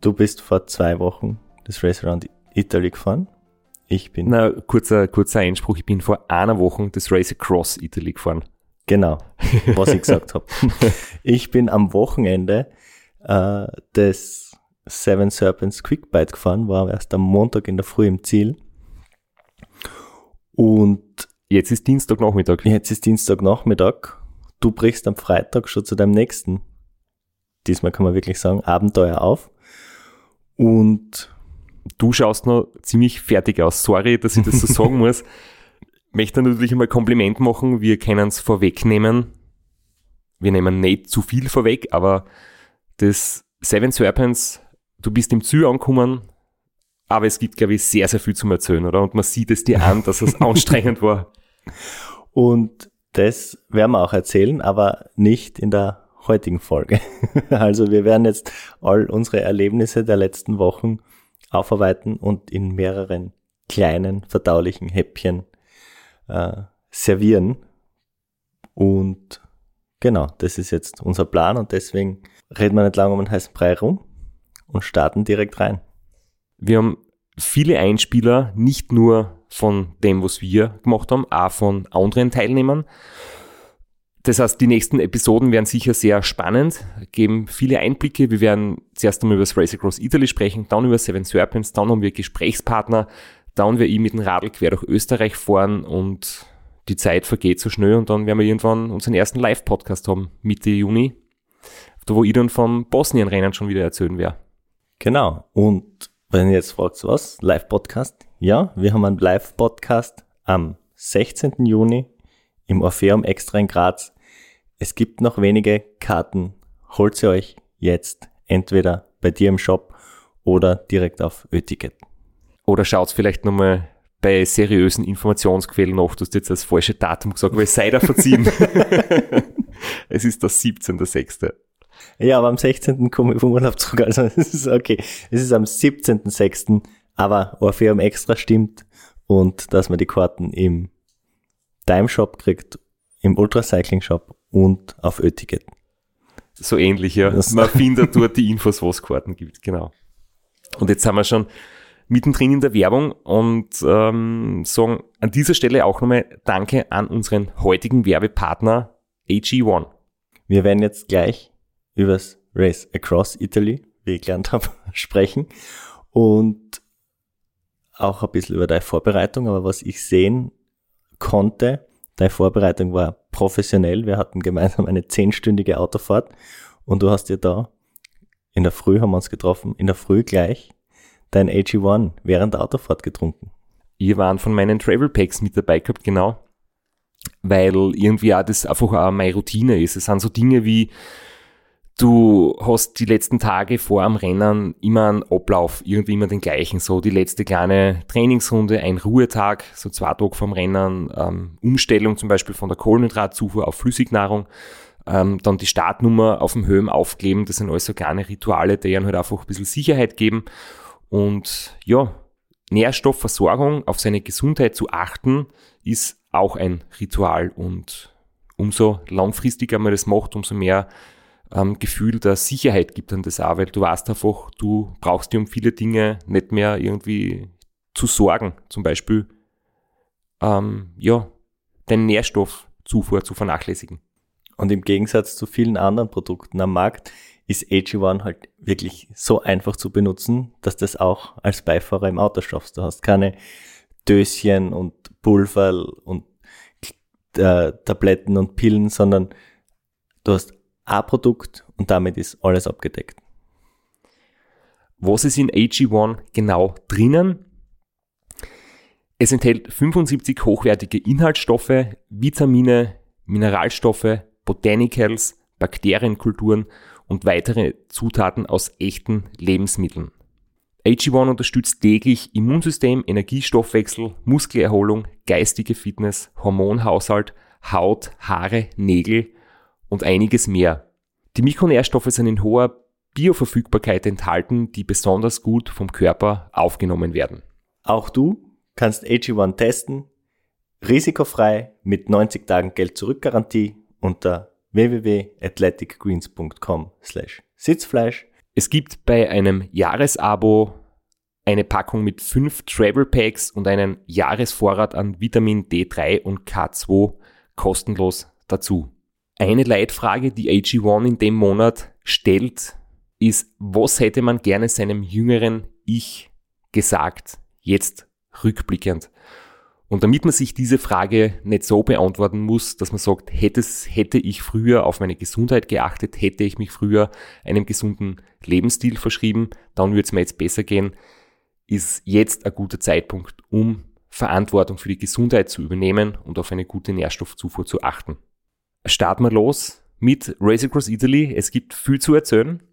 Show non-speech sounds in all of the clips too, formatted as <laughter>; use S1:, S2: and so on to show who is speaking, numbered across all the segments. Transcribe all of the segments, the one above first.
S1: Du bist vor zwei Wochen das Race Around Italy gefahren. Ich bin.
S2: Na, kurzer, kurzer Einspruch, ich bin vor einer Woche das Race Across Italy gefahren.
S1: Genau, was ich gesagt habe. Ich bin am Wochenende äh, des Seven Serpents Quickbite gefahren, war aber erst am Montag in der Früh im Ziel. Und
S2: Jetzt ist Dienstagnachmittag.
S1: jetzt ist Dienstagnachmittag. Du brichst am Freitag schon zu deinem nächsten, diesmal kann man wirklich sagen, Abenteuer auf. Und
S2: Du schaust noch ziemlich fertig aus. Sorry, dass ich das so sagen muss. Möchte natürlich einmal Kompliment machen. Wir können es vorwegnehmen. Wir nehmen nicht zu viel vorweg, aber das Seven Serpents, du bist im Ziel angekommen, aber es gibt, glaube ich, sehr, sehr viel zum Erzählen, oder? Und man sieht es dir an, dass es anstrengend war.
S1: Und das werden wir auch erzählen, aber nicht in der heutigen Folge. <laughs> Also wir werden jetzt all unsere Erlebnisse der letzten Wochen aufarbeiten und in mehreren kleinen verdaulichen Häppchen äh, servieren. Und genau, das ist jetzt unser Plan und deswegen reden wir nicht lange um den heißen Brei rum und starten direkt rein.
S2: Wir haben viele Einspieler, nicht nur von dem, was wir gemacht haben, auch von anderen Teilnehmern. Das heißt, die nächsten Episoden werden sicher sehr spannend, geben viele Einblicke. Wir werden zuerst einmal über das Race Across Italy sprechen, dann über Seven Serpents, dann haben wir Gesprächspartner, dann werden wir mit dem Radl quer durch Österreich fahren und die Zeit vergeht so schnell und dann werden wir irgendwann unseren ersten Live-Podcast haben, Mitte Juni, da wo ich dann vom Bosnien-Rennen schon wieder erzählen werde.
S1: Genau. Und wenn ihr jetzt fragt, was? Live-Podcast? Ja, wir haben einen Live-Podcast am 16. Juni im Orpheum extra in Graz. Es gibt noch wenige Karten. Holt sie euch jetzt entweder bei dir im Shop oder direkt auf Öticket.
S2: Oder schaut vielleicht nochmal bei seriösen Informationsquellen nach, du hast jetzt das falsche Datum gesagt, weil es sei da verziehen. es ist das 17.06.
S1: Ja, aber am 16. komme ich vom Urlaub zurück, also <laughs> es ist okay. Es ist am 17.06., aber Orpheum extra stimmt und dass man die Karten im Time Shop kriegt, im Ultracycling Shop und auf Öticket.
S2: So ähnlich, ja.
S1: Das-
S2: Man findet dort die Infos, was Karten gibt, genau. Und jetzt sind wir schon mittendrin in der Werbung und ähm, sagen an dieser Stelle auch nochmal Danke an unseren heutigen Werbepartner AG1.
S1: Wir werden jetzt gleich übers Race Across Italy, wie ich gelernt habe, <laughs> sprechen und auch ein bisschen über deine Vorbereitung, aber was ich sehen konnte, deine Vorbereitung war professionell. Wir hatten gemeinsam eine zehnstündige Autofahrt und du hast dir da in der Früh haben wir uns getroffen, in der Früh gleich dein AG1 während der Autofahrt getrunken.
S2: ihr waren von meinen Travel Packs mit dabei gehabt, genau. Weil irgendwie auch das einfach auch meine Routine ist. Es sind so Dinge wie, du hast die letzten Tage vor am Rennen immer einen Ablauf, irgendwie immer den gleichen. So die letzte kleine Trainingsrunde, ein Ruhetag, so zwei Tage vom Rennen, ähm, Umstellung zum Beispiel von der Kohlenhydratzufuhr auf Flüssignahrung, ähm, dann die Startnummer auf dem Höhen aufkleben. Das sind alles so kleine Rituale, die einem halt einfach ein bisschen Sicherheit geben. Und ja, Nährstoffversorgung, auf seine Gesundheit zu achten, ist auch ein Ritual. Und umso langfristiger man das macht, umso mehr ähm, Gefühl der Sicherheit gibt dann das auch, weil du weißt einfach, du brauchst dir um viele Dinge nicht mehr irgendwie zu sorgen. Zum Beispiel, ähm, ja, deine Nährstoffzufuhr zu vernachlässigen.
S1: Und im Gegensatz zu vielen anderen Produkten am Markt ist AG1 halt wirklich so einfach zu benutzen, dass das auch als Beifahrer im Auto schaffst. Du hast keine Döschen und Pulverl und äh, Tabletten und Pillen, sondern du hast ein Produkt und damit ist alles abgedeckt.
S2: Was ist in AG1 genau drinnen? Es enthält 75 hochwertige Inhaltsstoffe, Vitamine, Mineralstoffe, Botanicals, Bakterienkulturen und weitere Zutaten aus echten Lebensmitteln. AG1 unterstützt täglich Immunsystem, Energiestoffwechsel, Muskelerholung, geistige Fitness, Hormonhaushalt, Haut, Haare, Nägel und einiges mehr. Die Mikronährstoffe sind in hoher Bioverfügbarkeit enthalten, die besonders gut vom Körper aufgenommen werden.
S1: Auch du kannst AG1 testen, risikofrei mit 90 Tagen Geld zurückgarantie unter www.athleticgreens.com/sitzfleisch.
S2: Es gibt bei einem Jahresabo eine Packung mit fünf Travel Packs und einen Jahresvorrat an Vitamin D3 und K2 kostenlos dazu. Eine Leitfrage, die AG1 in dem Monat stellt, ist, was hätte man gerne seinem jüngeren Ich gesagt, jetzt rückblickend? Und damit man sich diese Frage nicht so beantworten muss, dass man sagt, hätte, es- hätte ich früher auf meine Gesundheit geachtet, hätte ich mich früher einem gesunden Lebensstil verschrieben, dann würde es mir jetzt besser gehen, ist jetzt ein guter Zeitpunkt, um Verantwortung für die Gesundheit zu übernehmen und auf eine gute Nährstoffzufuhr zu achten starten wir los mit Race Across Italy. Es gibt viel zu erzählen.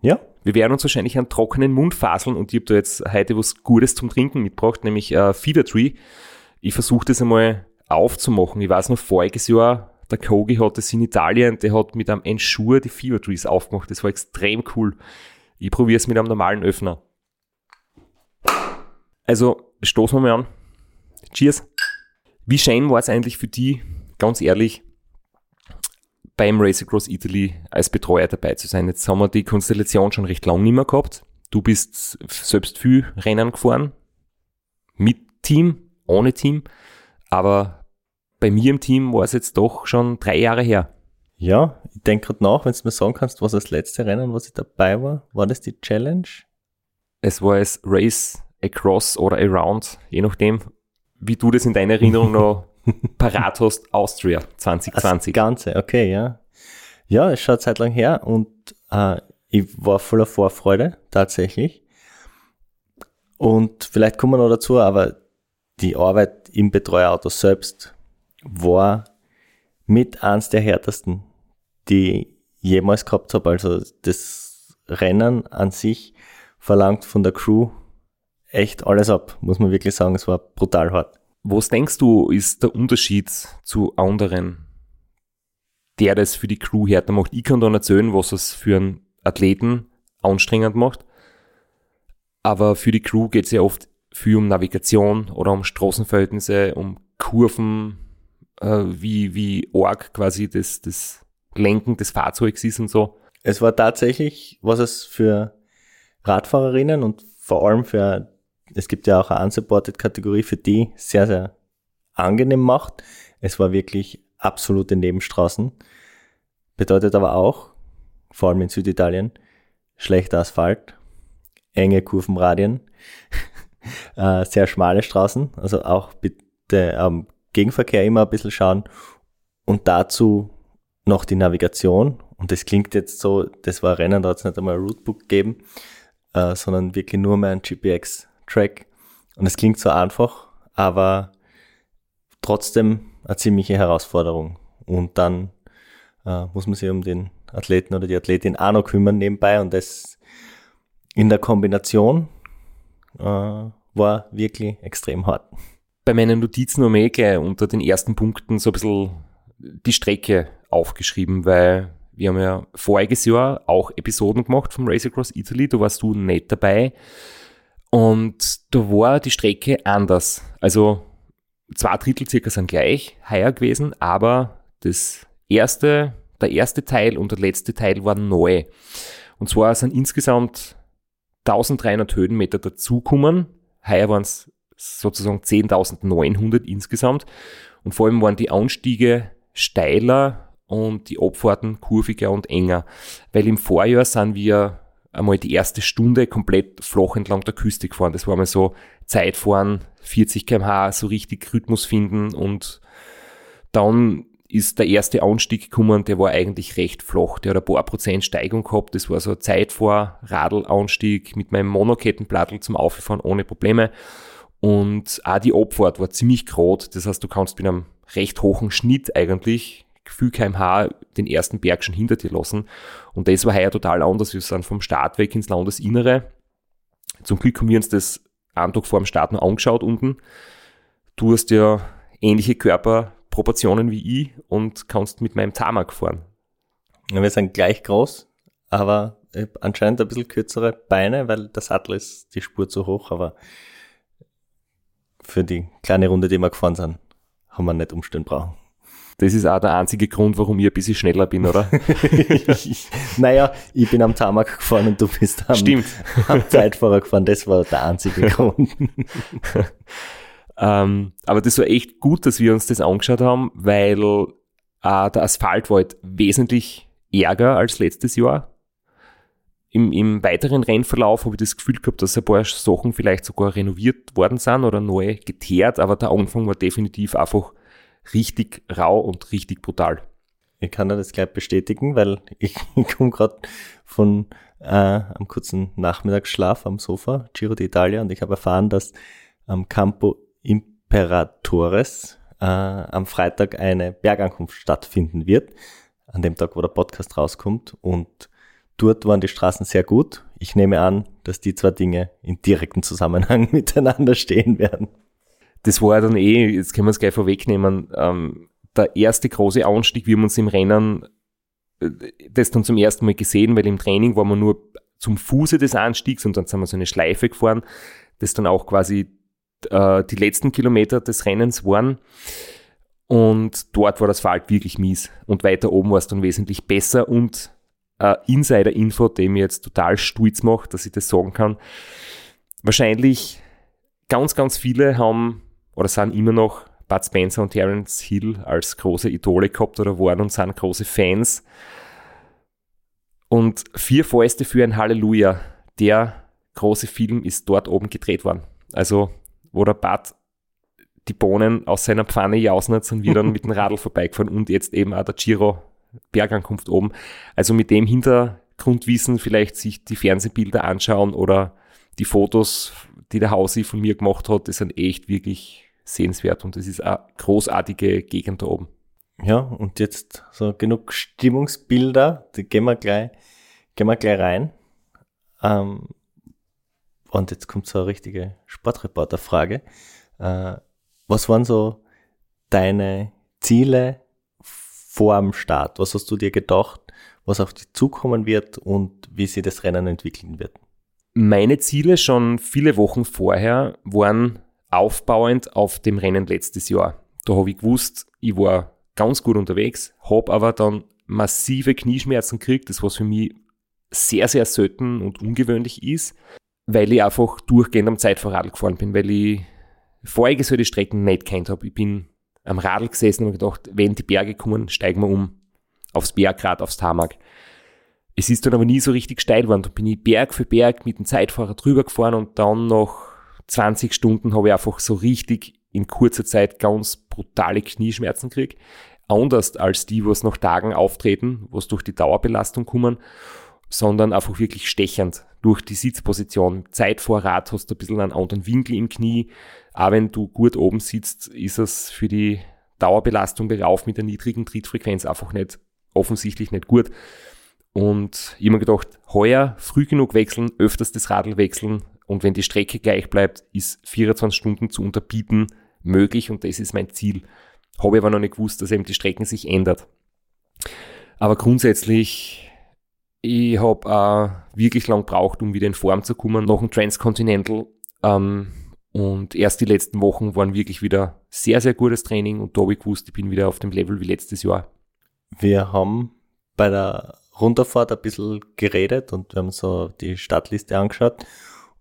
S1: Ja,
S2: Wir werden uns wahrscheinlich einen trockenen Mund faseln und ich habe da jetzt heute was Gutes zum Trinken mitgebracht, nämlich äh, Feeder Tree. Ich versuche das einmal aufzumachen. Ich weiß noch, voriges Jahr, der Kogi hat das in Italien, der hat mit einem Ensure die Fever Trees aufgemacht. Das war extrem cool. Ich probiere es mit einem normalen Öffner. Also, stoßen wir mal an. Cheers. Wie schön war es eigentlich für die, ganz ehrlich, beim Race Across Italy als Betreuer dabei zu sein. Jetzt haben wir die Konstellation schon recht lang nicht mehr gehabt. Du bist f- selbst viel Rennen gefahren. Mit Team, ohne Team. Aber bei mir im Team war es jetzt doch schon drei Jahre her.
S1: ja, ich denke gerade nach, wenn du mir sagen kannst, was das letzte Rennen, was ich dabei war, war das die Challenge?
S2: Es war es Race Across oder Around, je nachdem, wie du das in deiner Erinnerung noch parat hast, Austria
S1: Das
S2: 2020.
S1: Also Ganze, okay, ja. Ja, es schaut Zeit lang her und äh, ich war voller Vorfreude, tatsächlich. Und vielleicht kommen wir noch dazu, aber die Arbeit im Betreuerauto selbst war mit eins der härtesten, die ich jemals gehabt habe. Also das Rennen an sich verlangt von der Crew echt alles ab, muss man wirklich sagen. Es war brutal hart.
S2: Was denkst du, ist der Unterschied zu anderen, der das für die Crew härter macht? Ich kann da nicht erzählen, was es für einen Athleten anstrengend macht. Aber für die Crew geht es ja oft viel um Navigation oder um Straßenverhältnisse, um Kurven, äh, wie, wie arg quasi das, das Lenken des Fahrzeugs ist und so.
S1: Es war tatsächlich, was es für Radfahrerinnen und vor allem für, es gibt ja auch eine Unsupported-Kategorie für die, sehr, sehr angenehm macht. Es war wirklich absolute Nebenstraßen. Bedeutet aber auch, vor allem in Süditalien, schlechter Asphalt, enge Kurvenradien, <laughs> äh, sehr schmale Straßen, also auch bitte am Gegenverkehr immer ein bisschen schauen und dazu noch die Navigation. Und das klingt jetzt so, das war ein Rennen, da hat es nicht einmal ein Rootbook gegeben, äh, sondern wirklich nur mehr ein GPX-Track. Und es klingt so einfach, aber trotzdem eine ziemliche Herausforderung. Und dann äh, muss man sich um den Athleten oder die Athletin auch noch kümmern nebenbei. Und das in der Kombination äh, war wirklich extrem hart.
S2: Bei meinen Notizen um eh gleich unter den ersten Punkten so ein bisschen die Strecke aufgeschrieben, weil wir haben ja voriges Jahr auch Episoden gemacht vom Race Across Italy, da warst du nicht dabei. Und da war die Strecke anders. Also zwei Drittel circa sind gleich heuer gewesen, aber das erste, der erste Teil und der letzte Teil waren neu. Und zwar sind insgesamt 1300 Höhenmeter dazukommen. Heuer waren es sozusagen 10.900 insgesamt. Und vor allem waren die Anstiege steiler und die Abfahrten kurviger und enger. Weil im Vorjahr sind wir einmal die erste Stunde komplett flach entlang der Küste gefahren. Das war mal so Zeitfahren, 40 km/h, so richtig Rhythmus finden und dann ist der erste Anstieg gekommen, der war eigentlich recht flach. Der hat ein paar Prozent Steigung gehabt. Das war so ein Zeitfahr-Radl-Anstieg mit meinem Monokettenplattel zum Auffahren ohne Probleme. Und auch die Abfahrt war ziemlich grad. Das heißt, du kannst mit einem recht hohen Schnitt eigentlich Gefühl kmh den ersten Berg schon hinter dir lassen. Und das war heuer total anders. Wir sind vom Start weg ins Landesinnere. Zum Glück haben wir uns das einen Tag vor dem Start noch angeschaut unten. Du hast ja ähnliche Körperproportionen wie ich und kannst mit meinem Tamak fahren.
S1: Ja, wir sind gleich groß, aber ich hab anscheinend ein bisschen kürzere Beine, weil der Sattel ist die Spur zu hoch, aber für die kleine Runde, die wir gefahren sind, haben wir nicht umstehen brauchen.
S2: Das ist auch der einzige Grund, warum ich ein bisschen schneller bin, oder?
S1: <laughs> Naja, ich bin am Tamak gefahren und du bist am, am Zeitfahrer gefahren. Das war der einzige Grund.
S2: Ähm, aber das war echt gut, dass wir uns das angeschaut haben, weil äh, der Asphalt war halt wesentlich ärger als letztes Jahr. Im, Im weiteren Rennverlauf habe ich das Gefühl gehabt, dass ein paar Sachen vielleicht sogar renoviert worden sind oder neu geteert, aber der Anfang war definitiv einfach richtig rau und richtig brutal.
S1: Ich kann dir das gleich bestätigen, weil ich <laughs> komme gerade von äh, einem kurzen Nachmittagsschlaf am Sofa, Giro d'Italia, und ich habe erfahren, dass am Campo Imperatores äh, am Freitag eine Bergankunft stattfinden wird, an dem Tag, wo der Podcast rauskommt. Und dort waren die Straßen sehr gut. Ich nehme an, dass die zwei Dinge in direktem Zusammenhang <laughs> miteinander stehen werden.
S2: das war dann eh, jetzt können wir es gleich vorwegnehmen, ähm, der erste große Anstieg, wir haben uns im Rennen äh, das dann zum ersten Mal gesehen, weil im Training waren wir nur zum Fuße des Anstiegs und dann sind wir so eine Schleife gefahren, das dann auch quasi äh, die letzten Kilometer des Rennens waren. Und dort war das Asphalt wirklich mies. Und weiter oben war es dann wesentlich besser und äh, Insider-Info, dem ich jetzt total stolz macht, dass ich das sagen kann. Wahrscheinlich ganz, ganz viele haben oder sind immer noch Bud Spencer und Terence Hill als große Idole gehabt oder waren und sind große Fans. Und vier Fäuste für ein Halleluja. Der große Film ist dort oben gedreht worden. Also, wo der Bud die Bohnen aus seiner Pfanne jausnet, sind wir dann mit dem Radl vorbeigefahren und jetzt eben auch der Giro Bergankunft oben. Also mit dem Hintergrundwissen vielleicht sich die Fernsehbilder anschauen oder die Fotos, die der Hausi von mir gemacht hat, die sind echt wirklich sehenswert und es ist eine großartige Gegend da oben.
S1: Ja, und jetzt so genug Stimmungsbilder, da gehen wir gleich, gehen wir gleich rein. Ähm, und jetzt kommt so eine richtige Sportreporterfrage. Äh, was waren so deine Ziele vor dem Start? Was hast du dir gedacht, was auf dich zukommen wird und wie sich das Rennen entwickeln wird?
S2: Meine Ziele schon viele Wochen vorher waren aufbauend auf dem Rennen letztes Jahr. Da habe ich gewusst, ich war ganz gut unterwegs, habe aber dann massive Knieschmerzen gekriegt, das was für mich sehr, sehr selten und ungewöhnlich ist, weil ich einfach durchgehend am Zeitfahrradl gefahren bin, weil ich vorige solche Strecken nicht kennt habe. Ich bin am Radl gesessen und hab gedacht, wenn die Berge kommen, steigen wir um aufs Bergrad, aufs Tarmac. Es ist dann aber nie so richtig steil geworden. Da bin ich Berg für Berg mit dem Zeitfahrer drüber gefahren und dann nach 20 Stunden habe ich einfach so richtig in kurzer Zeit ganz brutale Knieschmerzen gekriegt. Anders als die, was nach Tagen auftreten, was durch die Dauerbelastung kommen. sondern einfach wirklich stechend durch die Sitzposition. Zeitvorrat hast du ein bisschen einen anderen Winkel im Knie. Aber wenn du gut oben sitzt, ist es für die Dauerbelastung darauf mit der niedrigen Trittfrequenz einfach nicht, offensichtlich nicht gut. Und ich hab mir gedacht, heuer früh genug wechseln, öfters das Radl wechseln und wenn die Strecke gleich bleibt, ist 24 Stunden zu unterbieten möglich und das ist mein Ziel. Habe aber noch nicht gewusst, dass eben die Strecken sich ändert. Aber grundsätzlich, ich habe äh, wirklich lang gebraucht, um wieder in Form zu kommen, nach dem Transcontinental. Ähm, und erst die letzten Wochen waren wirklich wieder sehr, sehr gutes Training und da habe ich gewusst, ich bin wieder auf dem Level wie letztes Jahr.
S1: Wir haben bei der Runterfahrt ein bisschen geredet und wir haben so die Stadtliste angeschaut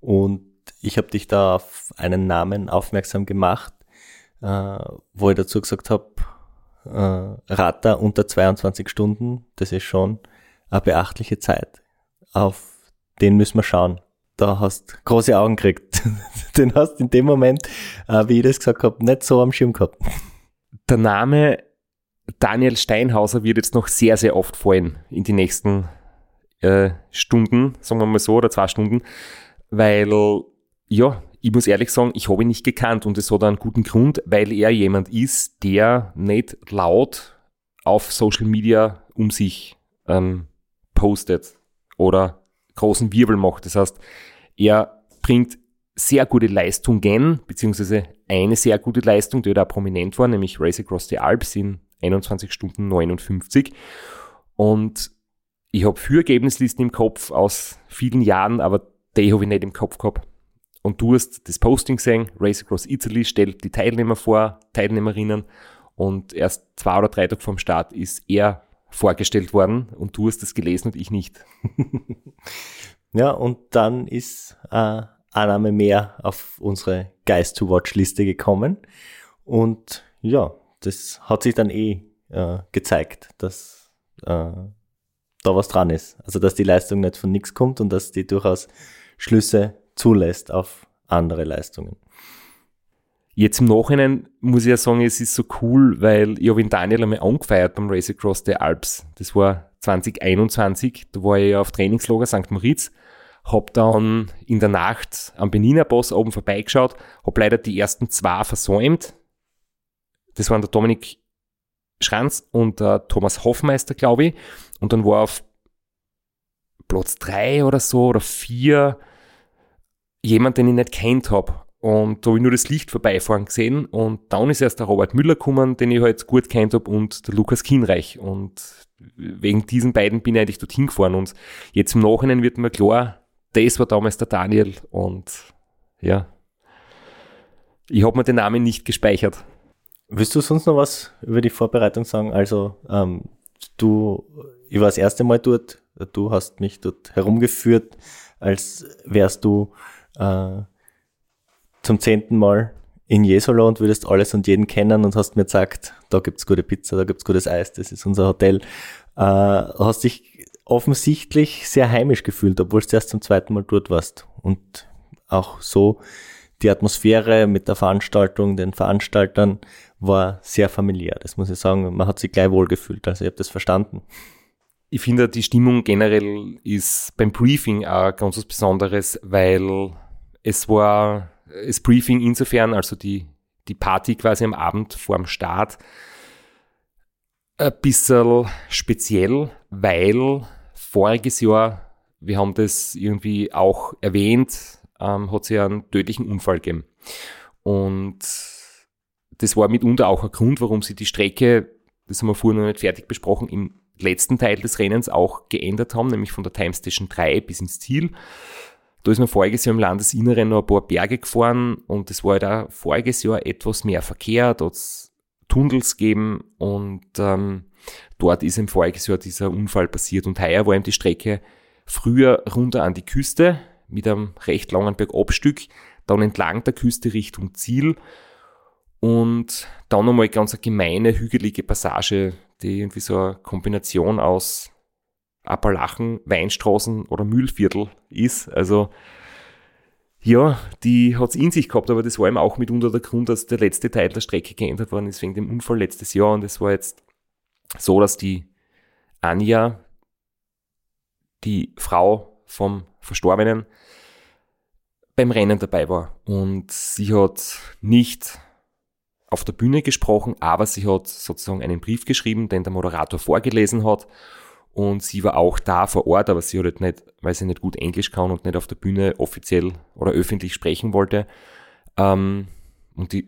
S1: und ich habe dich da auf einen Namen aufmerksam gemacht, äh, wo ich dazu gesagt habe, äh, Rata unter 22 Stunden, das ist schon eine beachtliche Zeit. Auf den müssen wir schauen. Da hast große Augen gekriegt. <laughs> den hast in dem Moment, äh, wie ich das gesagt habe, nicht so am Schirm gehabt.
S2: Der Name Daniel Steinhauser wird jetzt noch sehr, sehr oft fallen in die nächsten äh, Stunden, sagen wir mal so, oder zwei Stunden, weil, ja, ich muss ehrlich sagen, ich habe ihn nicht gekannt und es hat einen guten Grund, weil er jemand ist, der nicht laut auf Social Media um sich ähm, postet oder großen Wirbel macht. Das heißt, er bringt sehr gute Leistungen, beziehungsweise eine sehr gute Leistung, die da prominent war, nämlich Race Across the Alps in 21 Stunden 59. Und ich habe vier Ergebnislisten im Kopf aus vielen Jahren, aber die habe ich nicht im Kopf gehabt. Und du hast das Posting gesehen, Race Across Italy stellt die Teilnehmer vor, Teilnehmerinnen. Und erst zwei oder drei Tage vom Start ist er vorgestellt worden und du hast das gelesen und ich nicht.
S1: Ja, und dann ist äh, Annahme mehr auf unsere Guys-to-Watch-Liste gekommen. Und ja, das hat sich dann eh äh, gezeigt, dass äh, da was dran ist. Also, dass die Leistung nicht von nichts kommt und dass die durchaus Schlüsse zulässt auf andere Leistungen.
S2: Jetzt im Nachhinein muss ich ja sagen, es ist so cool, weil ich habe ihn Daniel einmal angefeiert beim Race Across the Alps. Das war 2021, da war ich ja auf Trainingslager St. Moritz, habe dann in der Nacht am Benina Boss oben vorbeigeschaut, habe leider die ersten zwei versäumt. Das waren der Dominik Schranz und der Thomas Hoffmeister, glaube ich. Und dann war auf Platz drei oder so oder vier jemand, den ich nicht kennt habe. Und da habe ich nur das Licht vorbeifahren gesehen und dann ist erst der Robert Müller gekommen, den ich halt gut kennt habe und der Lukas Kienreich. Und wegen diesen beiden bin ich eigentlich dorthin gefahren und jetzt im Nachhinein wird mir klar, das war damals der Daniel und ja, ich habe mir den Namen nicht gespeichert.
S1: Willst du sonst noch was über die Vorbereitung sagen? Also, ähm, du, ich war das erste Mal dort, du hast mich dort herumgeführt, als wärst du äh, zum zehnten Mal in Jesolo und würdest alles und jeden kennen und hast mir gesagt, da gibt's gute Pizza, da gibt's gutes Eis, das ist unser Hotel. Äh, hast dich offensichtlich sehr heimisch gefühlt, obwohl du erst zum zweiten Mal dort warst. Und auch so die Atmosphäre mit der Veranstaltung, den Veranstaltern war sehr familiär. Das muss ich sagen, man hat sich gleich wohl gefühlt. Also ich habe das verstanden.
S2: Ich finde, die Stimmung generell ist beim Briefing auch ganz was Besonderes, weil es war das Briefing insofern, also die, die Party quasi am Abend vorm Start, ein bisschen speziell, weil voriges Jahr, wir haben das irgendwie auch erwähnt, ähm, hat es ja einen tödlichen Unfall gegeben. Und das war mitunter auch ein Grund, warum sie die Strecke, das haben wir vorhin noch nicht fertig besprochen, im letzten Teil des Rennens auch geändert haben, nämlich von der Time Station 3 bis ins Ziel. Da ist man voriges Jahr im Landesinneren noch ein paar Berge gefahren und es war da voriges Jahr etwas mehr Verkehr, da hat's Tunnels geben und ähm, dort ist im voriges Jahr dieser Unfall passiert und heuer war eben die Strecke früher runter an die Küste mit einem recht langen Bergabstück, dann entlang der Küste Richtung Ziel und dann nochmal ganz eine gemeine, hügelige Passage, die irgendwie so eine Kombination aus Appalachen, Weinstraßen oder Mühlviertel ist. Also ja, die hat's in sich gehabt, aber das war eben auch mitunter der Grund, dass der letzte Teil der Strecke geändert worden ist wegen dem Unfall letztes Jahr. Und es war jetzt so, dass die Anja die Frau vom Verstorbenen beim Rennen dabei war. Und sie hat nicht auf der Bühne gesprochen, aber sie hat sozusagen einen Brief geschrieben, den der Moderator vorgelesen hat. Und sie war auch da vor Ort, aber sie hat halt nicht, weil sie nicht gut Englisch kann und nicht auf der Bühne offiziell oder öffentlich sprechen wollte. Ähm, und die,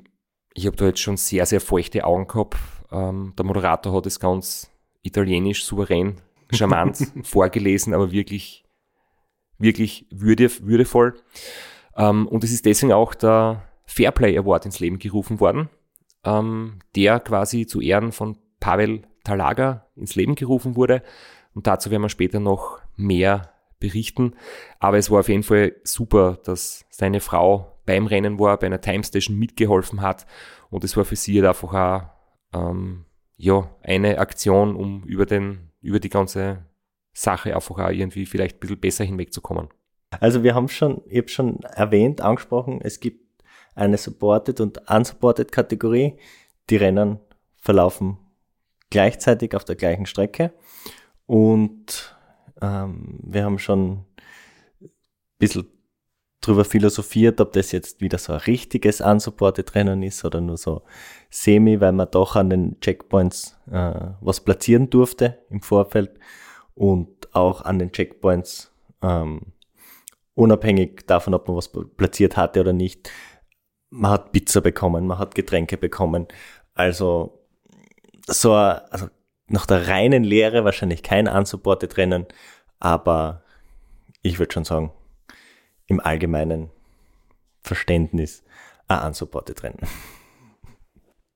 S2: ich habe da jetzt schon sehr, sehr feuchte Augen gehabt. Ähm, der Moderator hat es ganz italienisch, souverän, charmant vorgelesen, aber wirklich, wirklich würde, würdevoll. Ähm, und es ist deswegen auch der Fairplay Award ins Leben gerufen worden, ähm, der quasi zu Ehren von Pavel Talaga ins Leben gerufen wurde. Und dazu werden wir später noch mehr berichten. Aber es war auf jeden Fall super, dass seine Frau beim Rennen war, bei einer Time Station mitgeholfen hat. Und es war für sie halt einfach auch ähm, ja, eine Aktion, um über, den, über die ganze Sache einfach auch irgendwie vielleicht ein bisschen besser hinwegzukommen.
S1: Also wir haben schon, ich habe schon erwähnt, angesprochen, es gibt eine Supported und Unsupported Kategorie. Die Rennen verlaufen gleichzeitig auf der gleichen Strecke. Und ähm, wir haben schon ein bisschen drüber philosophiert, ob das jetzt wieder so ein richtiges Unsupported Rennen ist oder nur so semi, weil man doch an den Checkpoints äh, was platzieren durfte im Vorfeld und auch an den Checkpoints ähm, unabhängig davon, ob man was platziert hatte oder nicht. Man hat Pizza bekommen, man hat Getränke bekommen. Also so ein, also nach der reinen Lehre wahrscheinlich kein unsupported Rennen, aber ich würde schon sagen, im allgemeinen Verständnis ein unsupported Rennen.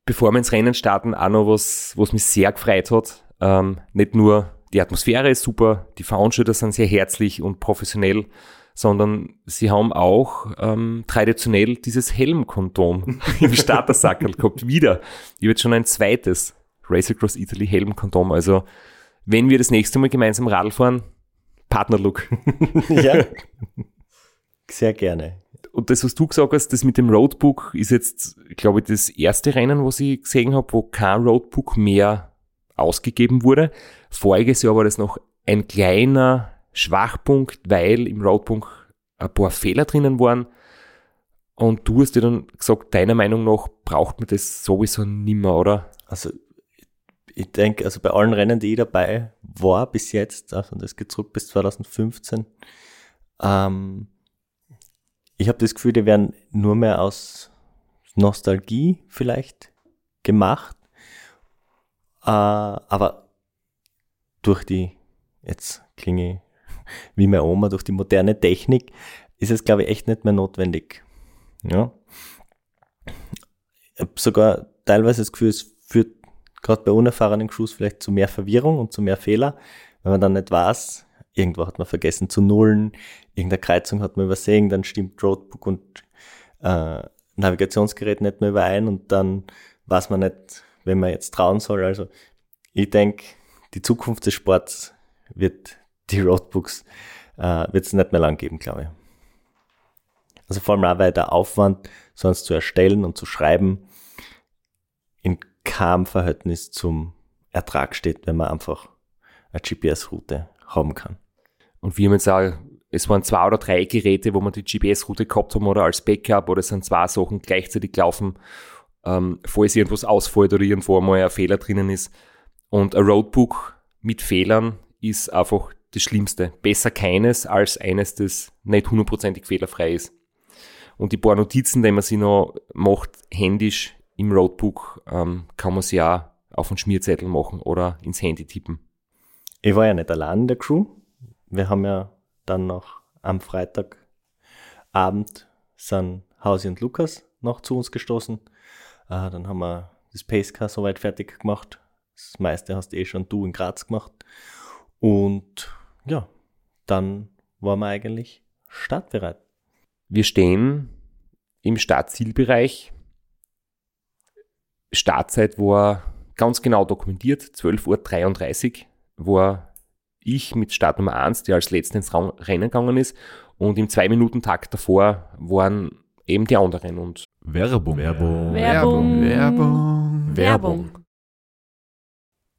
S2: Bevor wir ins Rennen starten, auch noch was, was mich sehr gefreut hat. Ähm, nicht nur die Atmosphäre ist super, die Veranstalter sind sehr herzlich und professionell, sondern sie haben auch ähm, traditionell dieses <laughs> Helmkondom im Startersackerl gehabt. Wieder. Ich habe jetzt schon ein zweites Race Across Italy Helmkondom. Also, wenn wir das nächste Mal gemeinsam Radl fahren, Partnerlook.
S1: ja. <laughs> Sehr gerne.
S2: und das, was du gesagt hast, das mit dem Roadbook ist jetzt, glaube ich, das erste Rennen, was ich gesehen habe, wo kein Roadbook mehr ausgegeben wurde. Voriges Jahr war das noch ein kleiner Schwachpunkt, weil im Roadbook ein paar Fehler drinnen waren. Und du hast dir dann gesagt, deiner Meinung nach braucht man das sowieso nimmer, oder?
S1: Also ich denke, also bei allen Rennen, die ich dabei war bis jetzt, also das geht zurück bis 2015, ähm, ich habe das Gefühl, die werden nur mehr aus Nostalgie vielleicht gemacht, äh, aber durch die, jetzt klinge ich wie meine Oma, durch die moderne Technik ist es, glaube ich, echt nicht mehr notwendig. Ja. Ich habe sogar teilweise das Gefühl, es führt gerade bei unerfahrenen Crews vielleicht zu mehr Verwirrung und zu mehr Fehler, wenn man dann nicht weiß, irgendwo hat man vergessen zu nullen, irgendeine Kreuzung hat man übersehen, dann stimmt Roadbook und äh, Navigationsgerät nicht mehr überein und dann weiß man nicht, wenn man jetzt trauen soll. Also ich denke, die Zukunft des Sports wird die Roadbooks äh, wird es nicht mehr lang geben, glaube ich. Also vor allem auch, weil der Aufwand, sonst zu erstellen und zu schreiben, in keinem Verhältnis zum Ertrag steht, wenn man einfach eine GPS-Route haben kann.
S2: Und wir haben jetzt auch, es waren zwei oder drei Geräte, wo wir die GPS-Route gehabt haben oder als Backup oder es sind zwei Sachen gleichzeitig gelaufen, ähm, falls irgendwas ausfällt oder irgendwo mal ein Fehler drinnen ist. Und ein Roadbook mit Fehlern ist einfach das Schlimmste. Besser keines als eines, das nicht hundertprozentig fehlerfrei ist. Und die paar Notizen, die man sich noch macht, händisch im Roadbook, ähm, kann man sie auch auf einen Schmierzettel machen oder ins Handy tippen.
S1: Ich war ja nicht allein in der Crew. Wir haben ja dann noch am Freitagabend sind Hausi und Lukas noch zu uns gestoßen. Äh, dann haben wir das Pacecar soweit fertig gemacht. Das meiste hast eh schon du in Graz gemacht. Und ja, dann waren wir eigentlich startbereit.
S2: Wir stehen im Startzielbereich. Startzeit war ganz genau dokumentiert, 12.33 Uhr war ich mit Startnummer 1, die als letzte ins Raun- Rennen gegangen ist. Und im Zwei-Minuten-Takt davor waren eben die anderen. Und
S3: Werbung. Werbung.
S4: Werbung.
S3: Werbung.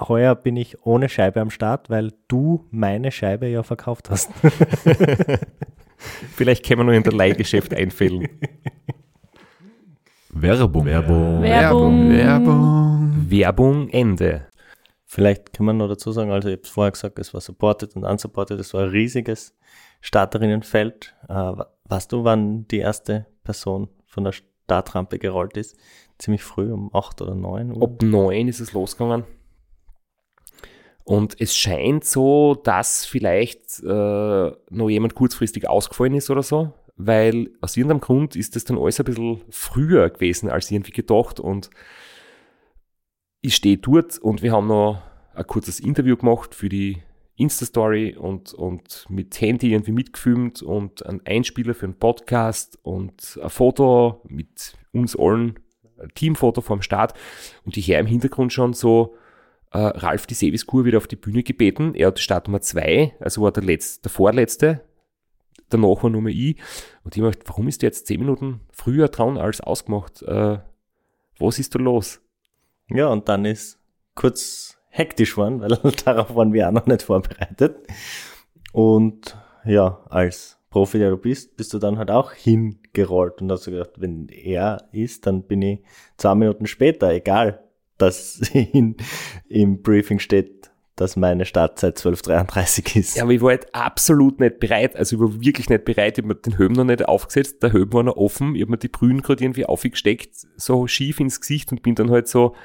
S1: Heuer bin ich ohne Scheibe am Start, weil du meine Scheibe ja verkauft hast.
S2: Vielleicht können wir nur in der Leihgeschäft einfällen.
S3: Werbung. Werbung.
S5: Werbung.
S4: Werbung.
S2: Werbung Ende.
S1: Vielleicht kann man noch dazu sagen, also ich habe es vorher gesagt, es war supported und unsupported, es war ein riesiges Starterinnenfeld. Äh, wa- weißt du, wann die erste Person von der Startrampe gerollt ist? Ziemlich früh, um 8 oder 9 Uhr.
S2: Ab 9 ist es losgegangen. Und es scheint so, dass vielleicht äh, noch jemand kurzfristig ausgefallen ist oder so, weil aus irgendeinem Grund ist das dann alles ein bisschen früher gewesen, als irgendwie gedacht. Und ich stehe dort und wir haben noch ein kurzes Interview gemacht für die Insta-Story und, und mit Handy irgendwie mitgefilmt und einen Einspieler für einen Podcast und ein Foto mit uns allen, ein Teamfoto vom Start. Und ich höre im Hintergrund schon so äh, Ralf die Seviskur wieder auf die Bühne gebeten. Er hat Startnummer 2, also war der, Letz-, der Vorletzte. Danach war Nummer I. Und ich möchte, warum ist der jetzt 10 Minuten früher dran als ausgemacht? Äh, was ist da los?
S1: Ja, und dann ist kurz hektisch geworden, weil <laughs> darauf waren wir auch noch nicht vorbereitet. Und ja, als Profi, der du bist, bist du dann halt auch hingerollt und hast du gedacht, wenn er ist, dann bin ich zwei Minuten später, egal, dass <laughs> in, im Briefing steht, dass meine Startzeit 12.33 ist.
S2: Ja, aber ich war halt absolut nicht bereit. Also ich war wirklich nicht bereit. Ich hab mir den Helm noch nicht aufgesetzt. Der Helm war noch offen. Ich hab mir die Brühen gerade irgendwie aufgesteckt, so schief ins Gesicht und bin dann halt so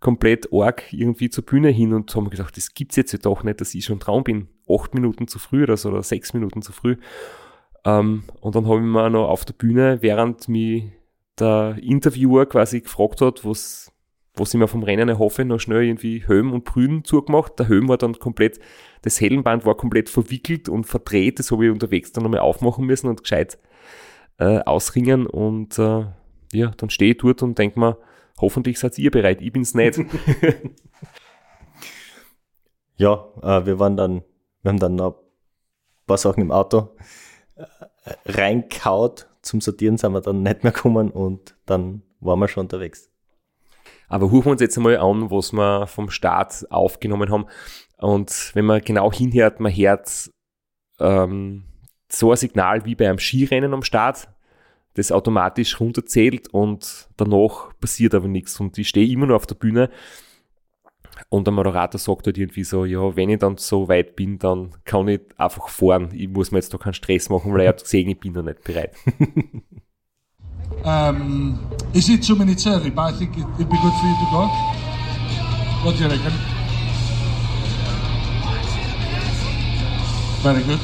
S2: komplett arg irgendwie zur Bühne hin und haben gedacht, das gibt's jetzt doch nicht, dass ich schon dran bin. Acht Minuten zu früh oder so, oder sechs Minuten zu früh. Ähm, und dann habe ich mir noch auf der Bühne, während mich der Interviewer quasi gefragt hat, was, was ich mir vom Rennen erhoffe, noch schnell irgendwie Höhen und Brühen zugemacht. Der Höhen war dann komplett das Helmband war komplett verwickelt und verdreht. Das habe ich unterwegs dann nochmal aufmachen müssen und gescheit äh, ausringen. Und äh, ja, dann stehe ich dort und denke mir, hoffentlich seid ihr bereit, ich bin's nicht.
S1: Ja, äh, wir waren dann, wir haben dann noch ein paar Sachen im Auto äh, reinkaut. Zum Sortieren sind wir dann nicht mehr gekommen und dann waren wir schon unterwegs.
S2: Aber huchen wir uns jetzt einmal an, was wir vom Start aufgenommen haben. Und wenn man genau hinhört, man hört ähm, so ein Signal wie bei einem Skirennen am Start, das automatisch runterzählt und danach passiert aber nichts. Und ich stehe immer nur auf der Bühne und der Moderator sagt halt irgendwie so, ja, wenn ich dann so weit bin, dann kann ich einfach fahren. Ich muss mir jetzt da keinen Stress machen, weil ich habe gesehen, ich bin noch nicht bereit.
S5: Um, is it too many cherry? But I think it, it'd be good for you to go. What do you reckon? Very good.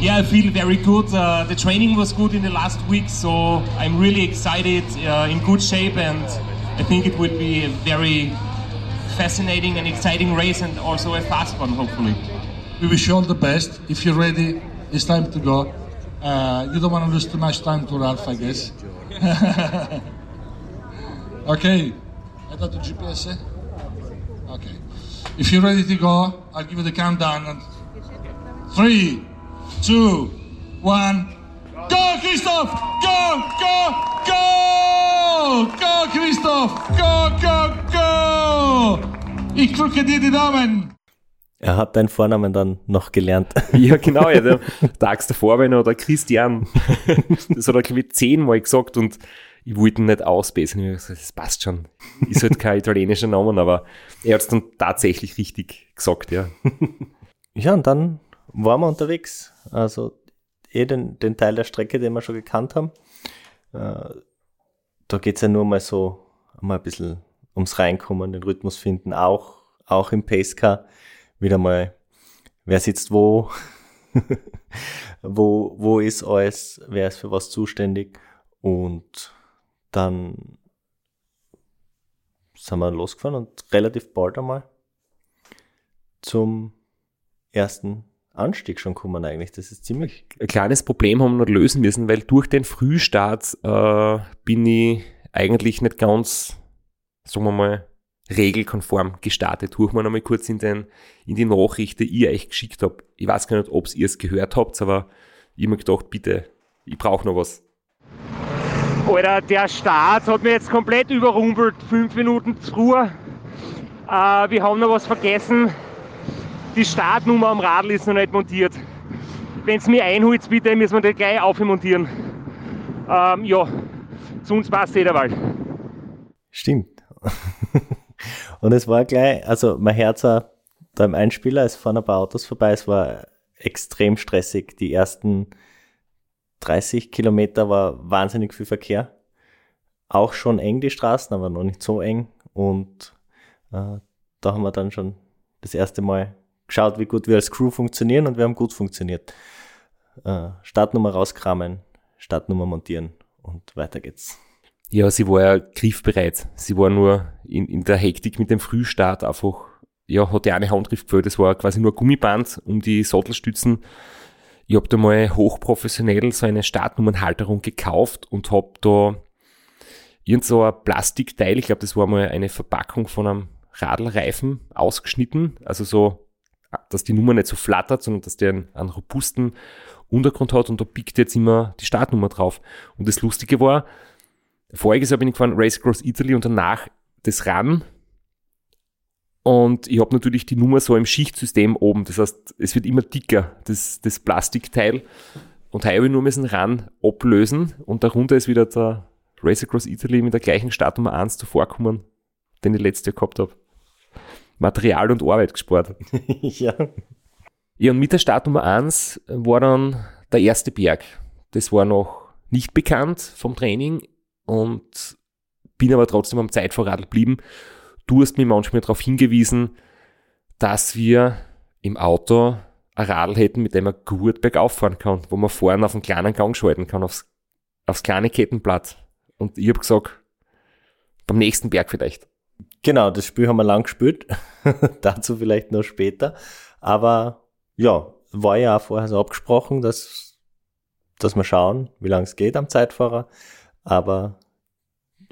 S6: Yeah, I feel very good. Uh, the training was good in the last week, so I'm really excited, uh, in good shape, and I think it will be a very fascinating and exciting race and also a fast one, hopefully.
S5: We wish you all the best. If you're ready, it's time to go. Uh, you don't want to lose too much time to Ralph, I guess. <laughs> okay. I thought the GPS. eh? Okay. If you're ready to go, I'll give you the countdown. And three, two, one. Go, Christoph! Go, go, go! Go, Christoph! Go, go, go! Ich drücke dir die Daumen!
S1: Er hat deinen Vornamen dann noch gelernt.
S2: <laughs> Ja, genau, ja, der Tags davor war ich noch der Christian. Das hat er, glaube ich, zehnmal gesagt und ich wollte ihn nicht ausbessern. Ich hab gesagt, das passt schon. Ist halt kein italienischer Name, aber er hat es dann tatsächlich richtig gesagt, ja.
S1: Ja, und dann waren wir unterwegs. Also eh den, den Teil der Strecke, den wir schon gekannt haben. Äh, da geht es ja nur mal so mal ein bisschen ums Reinkommen, den Rhythmus finden, auch, auch im Pacecar. Wieder mal, wer sitzt wo, <laughs> wo, wo ist alles, wer ist für was zuständig. Und dann sind wir losgefahren und relativ bald einmal zum ersten Anstieg schon kommen eigentlich. Das ist ziemlich.
S2: Ein kleines Problem haben wir noch lösen müssen, weil durch den Frühstart äh, bin ich eigentlich nicht ganz, sagen wir mal, regelkonform gestartet. Huch mal nochmal kurz in, den, in die Nachricht, die ihr euch geschickt habt. Ich weiß gar nicht, ob ihr es gehört habt, aber ich hab mir gedacht, bitte, ich brauche noch was.
S6: Alter, der Start hat mich jetzt komplett überrumpelt. Fünf Minuten zu Ruhe. Äh, wir haben noch was vergessen. Die Startnummer am Radl ist noch nicht montiert. Wenn es mir einholt, bitte, müssen wir das gleich aufmontieren. Ähm, ja, zu uns passt jeder Wald.
S1: Stimmt. <laughs> Und es war gleich, also mein Herz war da im Einspieler, es fahren ein paar Autos vorbei, es war extrem stressig. Die ersten 30 Kilometer war wahnsinnig viel Verkehr. Auch schon eng die Straßen, aber noch nicht so eng. Und äh, da haben wir dann schon das erste Mal geschaut, wie gut wir als Crew funktionieren und wir haben gut funktioniert. Äh, Startnummer rauskramen, Startnummer montieren und weiter geht's. <laughs>
S2: Ja, sie war ja griffbereit. Sie war nur in, in der Hektik mit dem Frühstart einfach, ja, hat die eine Handgriff gefällt. Das war quasi nur ein Gummiband um die Sattelstützen. Ich hab da mal hochprofessionell so eine Startnummernhalterung gekauft und hab da irgend so ein Plastikteil, ich glaube, das war mal eine Verpackung von einem Radlreifen ausgeschnitten. Also so, dass die Nummer nicht so flattert, sondern dass der einen, einen robusten Untergrund hat und da biegt jetzt immer die Startnummer drauf. Und das Lustige war, Voriges Jahr bin ich gefahren Race Across Italy und danach das RAM. Und ich habe natürlich die Nummer so im Schichtsystem oben. Das heißt, es wird immer dicker, das, das Plastikteil. Und heuer habe ich nur müssen ran ablösen. Und darunter ist wieder der Race Across Italy mit der gleichen Startnummer 1 zuvorkommen, den ich letztes Jahr gehabt habe. Material und Arbeit gespart.
S1: ja.
S2: Ja, und mit der Startnummer 1 äh, war dann der erste Berg. Das war noch nicht bekannt vom Training und bin aber trotzdem am Zeitvorrat geblieben. Du hast mir manchmal darauf hingewiesen, dass wir im Auto ein Radl hätten, mit dem man gut bergauf fahren kann, wo man vorne auf einen kleinen Gang schalten kann, aufs, aufs kleine Kettenblatt. Und ich habe gesagt, beim nächsten Berg vielleicht.
S1: Genau, das Spiel haben wir lang gespielt. <laughs> Dazu vielleicht noch später. Aber ja, war ja auch vorher so abgesprochen, dass, dass wir schauen, wie lange es geht am Zeitfahrer. Aber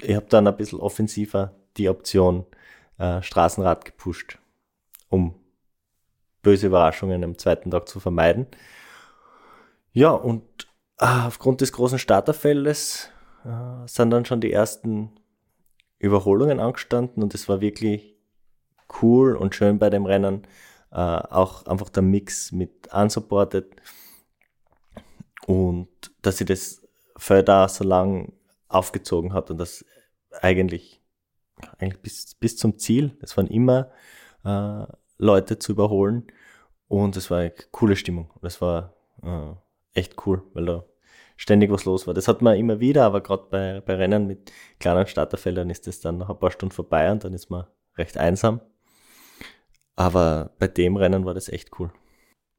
S1: ich habe dann ein bisschen offensiver die Option äh, Straßenrad gepusht, um böse Überraschungen am zweiten Tag zu vermeiden. Ja, und äh, aufgrund des großen Starterfeldes äh, sind dann schon die ersten Überholungen angestanden und es war wirklich cool und schön bei dem Rennen. Äh, auch einfach der Mix mit unsupported und dass sie das Feld auch so lang aufgezogen hat und das eigentlich, eigentlich bis, bis zum Ziel, es waren immer äh, Leute zu überholen und es war eine coole Stimmung. Das war äh, echt cool, weil da ständig was los war. Das hat man immer wieder, aber gerade bei, bei Rennen mit kleinen Starterfeldern ist das dann nach ein paar Stunden vorbei und dann ist man recht einsam. Aber bei dem Rennen war das echt cool.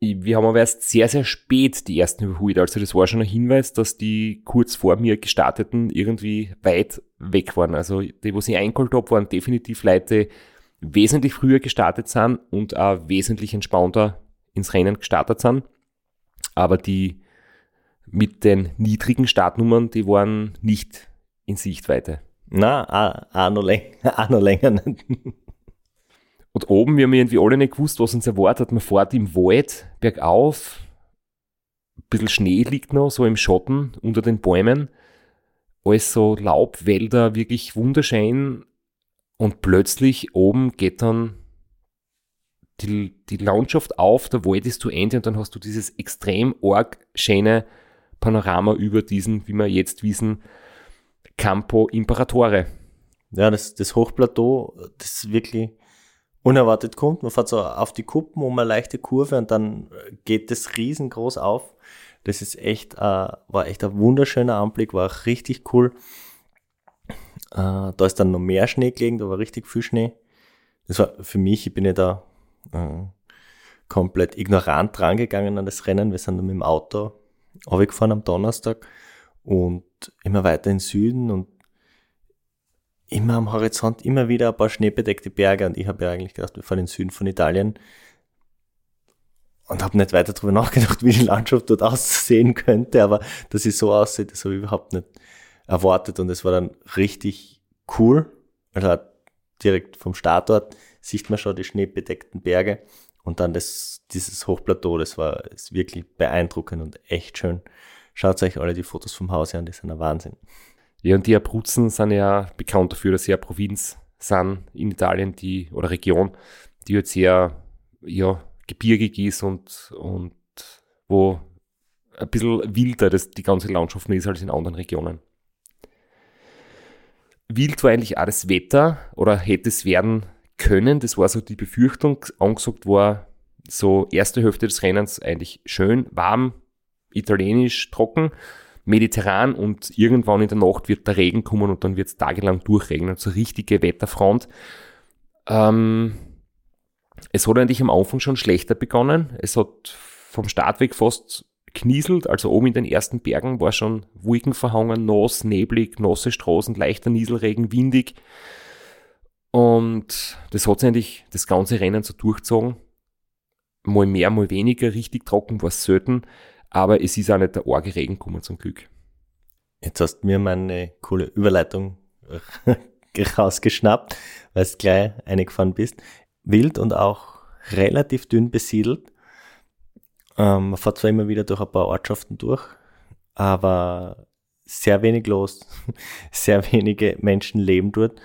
S2: Wir haben aber erst sehr, sehr spät die ersten überholt. Also das war schon ein Hinweis, dass die kurz vor mir gestarteten irgendwie weit weg waren. Also die, was ich eingeholt habe, waren definitiv Leute, die wesentlich früher gestartet sind und auch wesentlich entspannter ins Rennen gestartet sind. Aber die mit den niedrigen Startnummern, die waren nicht in Sichtweite.
S1: Na, auch auch noch läng- <laughs> auch noch länger. nicht.
S2: Und oben, wir haben irgendwie alle nicht gewusst, was uns erwartet. Man fährt im Wald bergauf, ein bisschen Schnee liegt noch, so im Schatten unter den Bäumen. Alles so Laubwälder, wirklich wunderschön. Und plötzlich oben geht dann die, die Landschaft auf, der Wald ist zu Ende und dann hast du dieses extrem arg schöne Panorama über diesen, wie wir jetzt wissen, Campo Imperatore.
S1: Ja, das, das Hochplateau, das wirklich unerwartet kommt. Man fährt so auf die Kuppen um eine leichte Kurve und dann geht das riesengroß auf. Das ist echt, äh, war echt ein wunderschöner Anblick, war auch richtig cool. Äh, da ist dann noch mehr Schnee gelegen, da war richtig viel Schnee. Das war für mich, ich bin ja da äh, komplett ignorant rangegangen an das Rennen. Wir sind dann mit dem Auto runtergefahren am Donnerstag und immer weiter in den Süden und immer am Horizont immer wieder ein paar schneebedeckte Berge und ich habe ja eigentlich gedacht, wir fahren in den Süden von Italien und habe nicht weiter darüber <laughs> nachgedacht, wie die Landschaft dort aussehen könnte, aber dass sie so aussieht, das habe ich überhaupt nicht erwartet und es war dann richtig cool, also auch direkt vom Startort sieht man schon die schneebedeckten Berge und dann das, dieses Hochplateau, das war ist wirklich beeindruckend und echt schön. Schaut euch alle die Fotos vom Haus an, die sind ein Wahnsinn.
S2: Ja, und die Abruzzen sind ja bekannt dafür, dass sie eine Provinz sind in Italien, die, oder Region, die jetzt sehr, ja, gebirgig ist und, und wo ein bisschen wilder das, die ganze Landschaft ist als in anderen Regionen. Wild war eigentlich auch das Wetter oder hätte es werden können. Das war so die Befürchtung. Angesagt war so erste Hälfte des Rennens eigentlich schön, warm, italienisch, trocken mediterran und irgendwann in der Nacht wird der Regen kommen und dann wird es tagelang durchregnen. So richtige Wetterfront. Ähm, es hat eigentlich am Anfang schon schlechter begonnen. Es hat vom Start weg fast knieselt, also oben in den ersten Bergen war schon Wolken verhangen, nass, neblig, nasse Straßen, leichter Nieselregen, windig. Und das hat sich eigentlich das ganze Rennen so durchgezogen. Mal mehr, mal weniger, richtig trocken war es selten aber es ist auch nicht der arge Regen gekommen zum Glück.
S1: Jetzt hast du mir meine coole Überleitung <laughs> rausgeschnappt, weil du gleich eingefahren bist. Wild und auch relativ dünn besiedelt. Ähm, man fährt zwar immer wieder durch ein paar Ortschaften durch, aber sehr wenig los, <laughs> sehr wenige Menschen leben dort.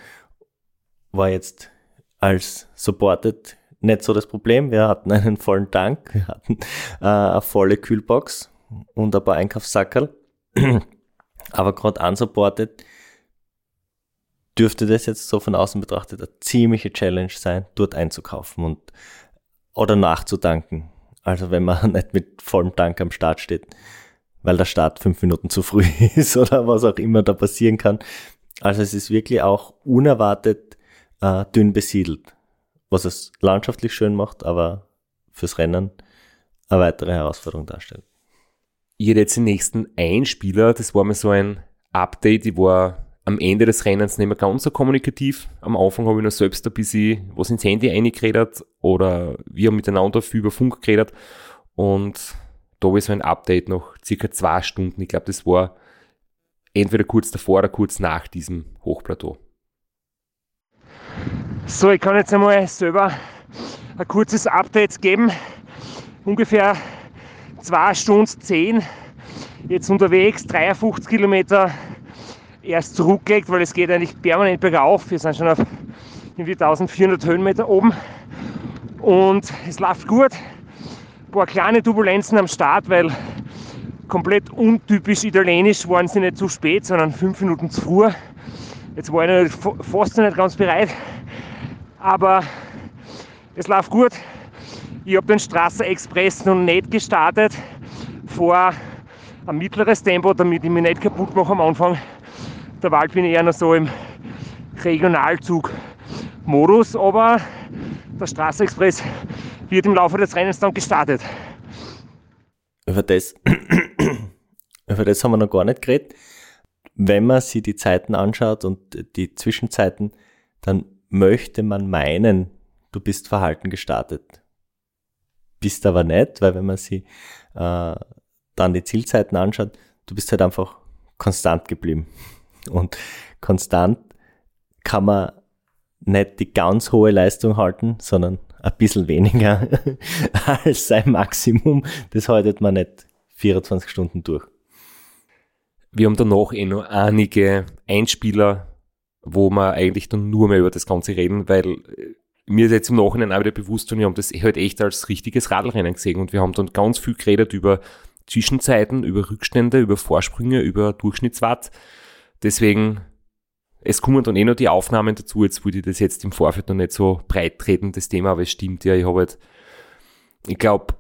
S1: War jetzt als supported nicht so das Problem. Wir hatten einen vollen Tank, wir hatten äh, eine volle Kühlbox und ein paar Einkaufssackerl. <clears throat> Aber gerade unsupported dürfte das jetzt so von außen betrachtet eine ziemliche Challenge sein, dort einzukaufen und oder nachzutanken. Also wenn man <laughs> nicht mit vollem Tank am Start steht, weil der Start fünf Minuten zu früh <laughs> ist oder was auch immer da passieren kann. Also es ist wirklich auch unerwartet äh, dünn besiedelt was es landschaftlich schön macht, aber fürs Rennen eine weitere Herausforderung darstellt.
S2: Ich hätte jetzt den nächsten Einspieler, das war mal so ein Update, ich war am Ende des Rennens nicht mehr ganz so kommunikativ. Am Anfang habe ich noch selbst ein bisschen was ins Handy eingeredet oder wir haben miteinander viel über Funk geredet und da war so ein Update noch circa zwei Stunden. Ich glaube, das war entweder kurz davor oder kurz nach diesem Hochplateau.
S6: So, ich kann jetzt einmal selber ein kurzes Update geben. Ungefähr 2 Stunden 10 jetzt unterwegs, 53 Kilometer erst zurückgelegt, weil es geht eigentlich permanent bergauf. Wir sind schon auf irgendwie 1400 Höhenmeter oben und es läuft gut. Ein paar kleine Turbulenzen am Start, weil komplett untypisch italienisch waren sie nicht zu spät, sondern fünf Minuten zu früh. Jetzt war ich noch nicht- fast noch nicht ganz bereit, aber es läuft gut. Ich habe den Straßenexpress noch nicht gestartet, vor ein mittleres Tempo, damit ich mich nicht kaputt mache am Anfang. Der Wald bin ich eher noch so im Regionalzug-Modus, aber der Straßenexpress wird im Laufe des Rennens dann gestartet.
S1: Über das, <clears throat> über das haben wir noch gar nicht geredet. Wenn man sich die Zeiten anschaut und die Zwischenzeiten, dann möchte man meinen, du bist verhalten gestartet. Bist aber nicht, weil wenn man sich äh, dann die Zielzeiten anschaut, du bist halt einfach konstant geblieben. Und konstant kann man nicht die ganz hohe Leistung halten, sondern ein bisschen weniger <laughs> als sein Maximum. Das haltet man nicht 24 Stunden durch.
S2: Wir haben danach eh noch einige Einspieler, wo wir eigentlich dann nur mehr über das Ganze reden, weil äh, mir ist jetzt im Nachhinein auch wieder bewusst und wir haben das halt echt als richtiges Radlrennen gesehen und wir haben dann ganz viel geredet über Zwischenzeiten, über Rückstände, über Vorsprünge, über Durchschnittswatt. Deswegen, es kommen dann eh noch die Aufnahmen dazu. Jetzt wollte ich das jetzt im Vorfeld noch nicht so breit treten, das Thema, aber es stimmt ja. Ich habe halt, ich glaube,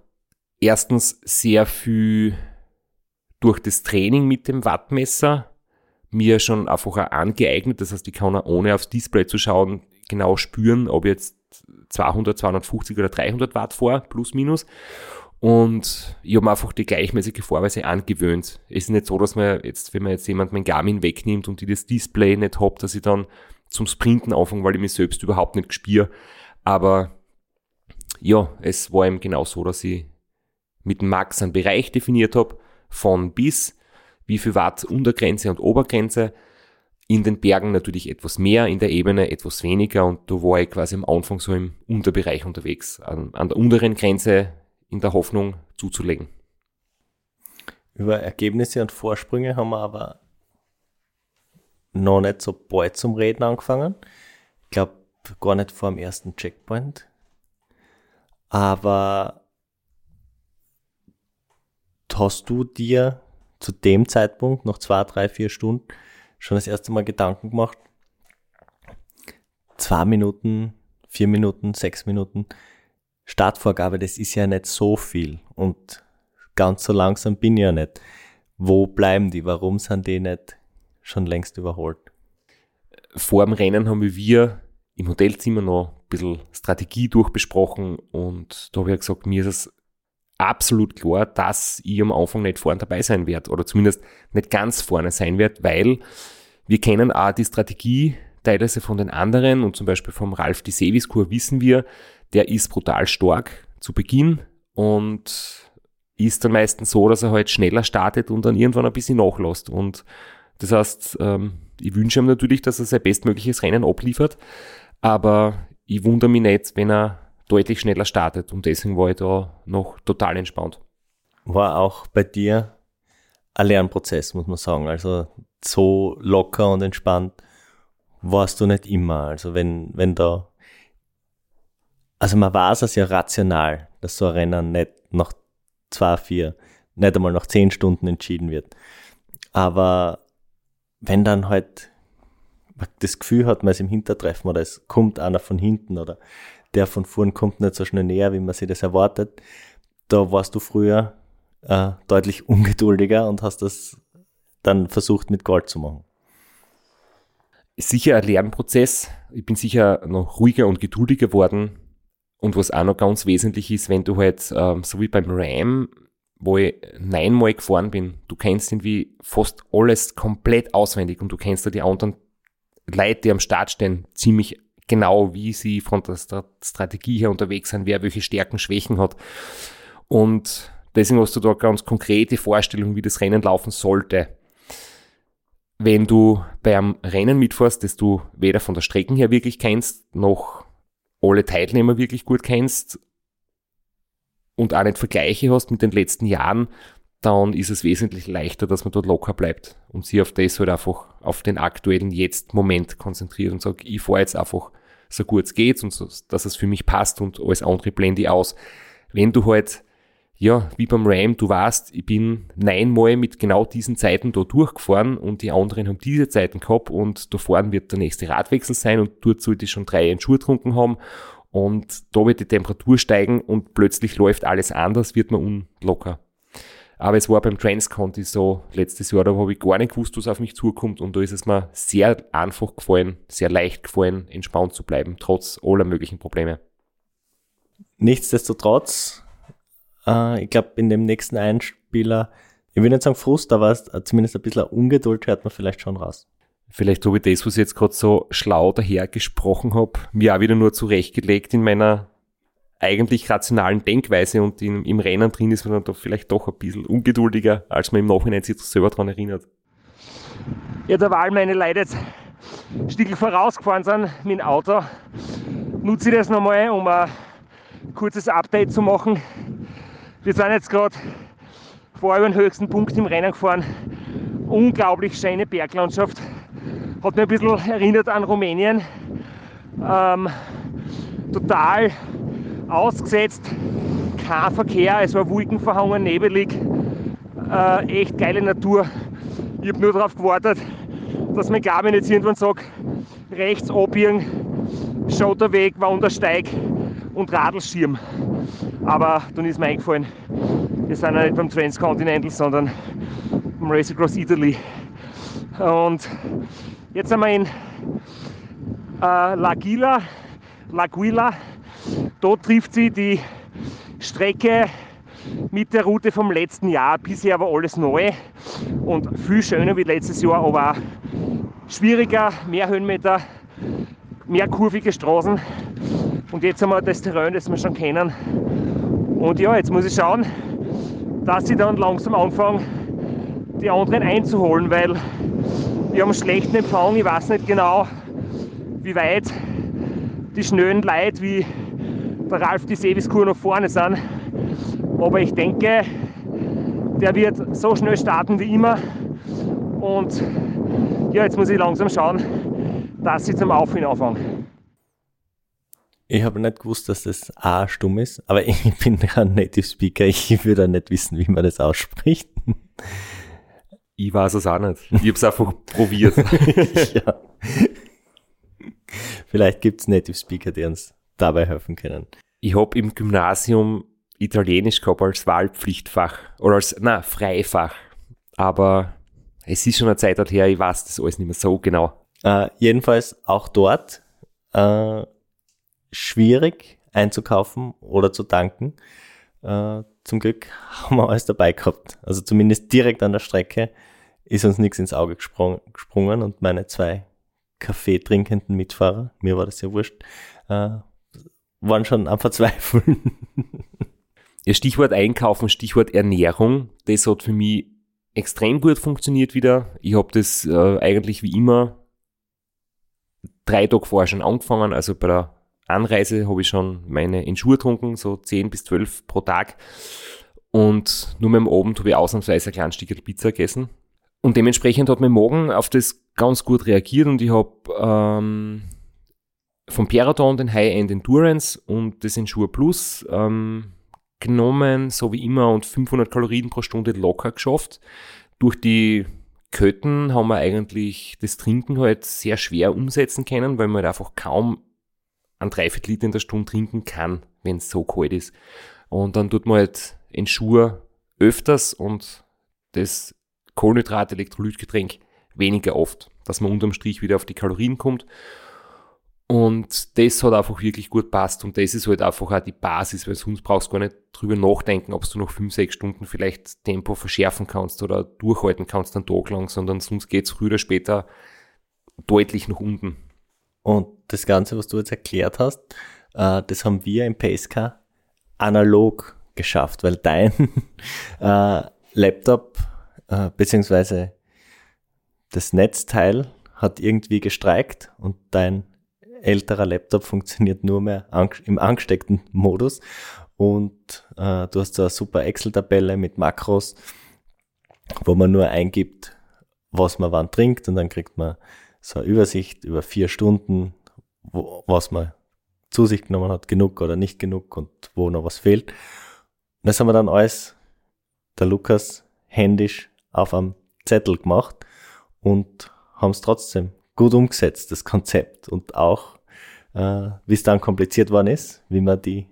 S2: erstens sehr viel durch das Training mit dem Wattmesser mir schon einfach auch angeeignet. Das heißt, ich kann auch ohne aufs Display zu schauen genau spüren, ob ich jetzt 200, 250 oder 300 Watt vor, plus, minus. Und ich habe mir einfach die gleichmäßige Vorweise angewöhnt. Es ist nicht so, dass man jetzt, wenn man jetzt jemand mein Garmin wegnimmt und ich das Display nicht hab, dass ich dann zum Sprinten anfange, weil ich mich selbst überhaupt nicht spüre. Aber ja, es war eben genau so, dass ich mit dem Max einen Bereich definiert habe, von bis, wie viel Watt Untergrenze und Obergrenze. In den Bergen natürlich etwas mehr, in der Ebene etwas weniger und da war ich quasi am Anfang so im Unterbereich unterwegs, an, an der unteren Grenze in der Hoffnung zuzulegen.
S1: Über Ergebnisse und Vorsprünge haben wir aber noch nicht so bald zum Reden angefangen. Ich glaube, gar nicht vor dem ersten Checkpoint. Aber hast du dir zu dem Zeitpunkt, noch zwei, drei, vier Stunden, schon das erste Mal Gedanken gemacht? Zwei Minuten, vier Minuten, sechs Minuten Startvorgabe, das ist ja nicht so viel. Und ganz so langsam bin ich ja nicht. Wo bleiben die? Warum sind die nicht schon längst überholt?
S2: vor dem Rennen haben wir im Hotelzimmer noch ein bisschen Strategie durchbesprochen und da habe ich gesagt, mir ist es absolut klar, dass ich am Anfang nicht vorne dabei sein werde oder zumindest nicht ganz vorne sein werde, weil wir kennen auch die Strategie teilweise von den anderen und zum Beispiel vom Ralf die Seviskur wissen wir, der ist brutal stark zu Beginn und ist dann meistens so, dass er halt schneller startet und dann irgendwann ein bisschen nachlässt und das heißt, ähm, ich wünsche ihm natürlich, dass er sein bestmögliches Rennen abliefert, aber ich wundere mich nicht, wenn er deutlich schneller startet und deswegen war ich da noch total entspannt.
S1: War auch bei dir ein Lernprozess, muss man sagen. Also so locker und entspannt warst du nicht immer. Also wenn, wenn da, also man weiß es ja rational, dass so ein Rennen nicht nach zwei, vier, nicht einmal nach zehn Stunden entschieden wird. Aber wenn dann halt man das Gefühl hat, man ist im Hintertreffen oder es kommt einer von hinten oder der von vorn kommt nicht so schnell näher, wie man sich das erwartet, da warst du früher äh, deutlich ungeduldiger und hast das dann versucht mit Gold zu machen.
S2: Ist sicher ein Lernprozess. Ich bin sicher noch ruhiger und geduldiger geworden. Und was auch noch ganz wesentlich ist, wenn du halt, ähm, so wie beim Ram, wo ich neunmal gefahren bin, du kennst irgendwie fast alles komplett auswendig und du kennst ja die anderen Leute, die am Start stehen, ziemlich genau, wie sie von der Stra Strategie her unterwegs sind, wer welche Stärken, Schwächen hat. Und deswegen hast du da ganz konkrete Vorstellungen, wie das Rennen laufen sollte. wenn du bei einem Rennen mitfährst, das du weder von der Strecken her wirklich kennst, noch alle Teilnehmer wirklich gut kennst und auch nicht Vergleiche hast mit den letzten Jahren, dann ist es wesentlich leichter, dass man dort locker bleibt und sich auf das halt einfach auf den aktuellen Jetzt-Moment konzentriert und sagt, ich fahre jetzt einfach so gut es geht und so, dass es für mich passt und alles andere blende ich aus. Wenn du halt, ja, wie beim Ram, du weißt, ich bin neunmal mit genau diesen Zeiten da durchgefahren und die anderen haben diese Zeiten gehabt und da vorne wird der nächste Radwechsel sein und dort sollte ich schon drei in Schuhe getrunken haben und da wird die Temperatur steigen und plötzlich läuft alles anders, wird man unlocker. Aber es war beim Transconti so letztes Jahr, da habe ich gar nicht gewusst, was auf mich zukommt. Und da ist es mir sehr einfach gefallen, sehr leicht gefallen, entspannt zu bleiben, trotz aller möglichen Probleme.
S1: Nichtsdestotrotz, äh, ich glaube, in dem nächsten Einspieler, ich will nicht sagen Frust, aber es- äh, zumindest ein bisschen Ungeduld hört man vielleicht schon raus.
S2: Vielleicht habe ich das, was ich jetzt gerade so schlau daher gesprochen habe, mir auch wieder nur zurechtgelegt in meiner eigentlich rationalen Denkweise und im, im Rennen drin ist man dann doch vielleicht doch ein bisschen ungeduldiger, als man im Nachhinein sich selber daran erinnert.
S6: Ja, da waren meine Leute jetzt Stickel vorausgefahren sind mit dem Auto. Nutze ich das nochmal, um ein kurzes Update zu machen. Wir sind jetzt gerade vor über den höchsten Punkt im Rennen gefahren. Unglaublich schöne Berglandschaft. Hat mich ein bisschen erinnert an Rumänien. Ähm, total ausgesetzt, kein Verkehr, es war wolkenverhangen, nebelig äh, echt geile Natur. Ich habe nur darauf gewartet, dass mein Garmin jetzt irgendwann sagt, rechts abbiegen, Schotterweg, Wandersteig und Radelschirm. Aber dann ist mir eingefallen, wir sind ja nicht beim Transcontinental, sondern beim Race Across Italy. Und jetzt sind wir in äh, L'Aquila, L'Aquila. Dort trifft sie die Strecke mit der Route vom letzten Jahr. Bisher war alles neu und viel schöner wie letztes Jahr, aber auch schwieriger, mehr Höhenmeter, mehr kurvige Straßen. Und jetzt haben wir das Terrain, das wir schon kennen. Und ja, jetzt muss ich schauen, dass ich dann langsam anfange, die anderen einzuholen, weil wir haben schlechten Empfang. Ich weiß nicht genau, wie weit die schnellen Leute wie der Ralf die Seviskur noch vorne sind. Aber ich denke, der wird so schnell starten wie immer. Und ja, jetzt muss ich langsam schauen, dass ich zum Aufhören anfange.
S1: Ich habe nicht gewusst, dass das A stumm ist, aber <laughs> ich bin kein Native Speaker, ich würde auch nicht wissen, wie man das ausspricht.
S2: Ich weiß es auch nicht. Ich habe es einfach <laughs> probiert.
S1: ja. Vielleicht gibt's Native Speaker, die uns dabei helfen können.
S2: ich habe im Gymnasium Italienisch gehabt als Wahlpflichtfach oder als, na, Freifach. Aber es ist schon eine Zeit her, ich weiß das alles nicht mehr so genau.
S1: Äh, jedenfalls auch dort äh, schwierig einzukaufen oder zu tanken. Äh, zum Glück <laughs> haben wir alles dabei gehabt. Also zumindest direkt an der Strecke ist uns nichts ins Auge gesprung, gesprungen und meine zwei Kaffee trinkenden Mitfahrer, mir war das ja wurscht, äh, waren schon am Verzweifeln.
S2: Ja, Stichwort Einkaufen, Stichwort Ernährung, das hat für mich extrem gut funktioniert wieder. Ich habe das äh, eigentlich wie immer drei Tage vorher schon angefangen. Also bei der Anreise habe ich schon meine Entschuhe getrunken, so 10 bis 12 pro Tag. Und nur am Abend habe ich ausnahmsweise ein kleines Stück Pizza gegessen. Und dementsprechend hat mein Magen auf das ganz gut reagiert und ich habe ähm, vom Peraton den High-End Endurance und das Ensure Plus ähm, genommen, so wie immer, und 500 Kalorien pro Stunde locker geschafft. Durch die Köten haben wir eigentlich das Trinken halt sehr schwer umsetzen können, weil man halt einfach kaum ein Dreiviertel Liter in der Stunde trinken kann, wenn es so kalt ist. Und dann tut man halt in Schuhe öfters und das Kohlenhydrat-Elektrolytgetränk weniger oft, dass man unterm Strich wieder auf die Kalorien kommt. Und das hat einfach wirklich gut passt und das ist halt einfach auch die Basis, weil sonst brauchst du gar nicht drüber nachdenken, ob du noch fünf, sechs Stunden vielleicht Tempo verschärfen kannst oder durchhalten kannst einen Tag lang, sondern sonst geht's früher oder später deutlich nach unten.
S1: Und das Ganze, was du jetzt erklärt hast, äh, das haben wir im PSK analog geschafft, weil <laughs> dein äh, Laptop äh, beziehungsweise das Netzteil hat irgendwie gestreikt und dein älterer Laptop funktioniert nur mehr ang im angesteckten Modus und äh, du hast so eine super Excel-Tabelle mit Makros, wo man nur eingibt, was man wann trinkt und dann kriegt man so eine Übersicht über vier Stunden, wo, was man zu sich genommen hat, genug oder nicht genug und wo noch was fehlt. Und das haben wir dann alles, der Lukas, händisch auf einem Zettel gemacht und haben es trotzdem gut umgesetzt, das Konzept. Und auch, äh, wie es dann kompliziert worden ist, wie man die,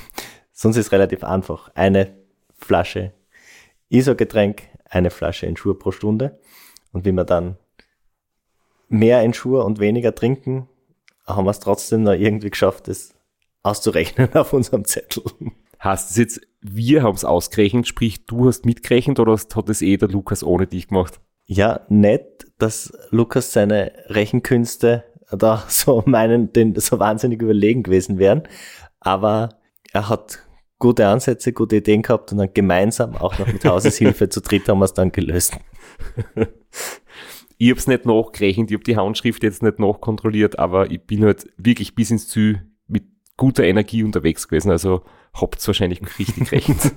S1: <laughs> sonst ist es relativ einfach, eine Flasche ISO-Getränk, eine Flasche Entschur pro Stunde. Und wie man dann mehr Entschur und weniger trinken, haben wir es trotzdem noch irgendwie geschafft, das auszurechnen <laughs> auf unserem Zettel.
S2: Hast es jetzt, wir haben es ausgerechnet, sprich, du hast mitgerechnet oder hast- hat es eh der Lukas ohne dich gemacht?
S1: Ja, nett, dass Lukas seine Rechenkünste da <laughs> so meinen, den so wahnsinnig überlegen gewesen wären. Aber er hat gute Ansätze, gute Ideen gehabt und dann gemeinsam auch noch mit Hauseshilfe zu dritt haben wir es dann gelöst.
S2: Ich hab's nicht nachgerechnet, ich hab die Handschrift jetzt nicht nachkontrolliert, aber ich bin halt wirklich bis ins Ziel mit guter Energie unterwegs gewesen, also habt's wahrscheinlich richtig gerechnet.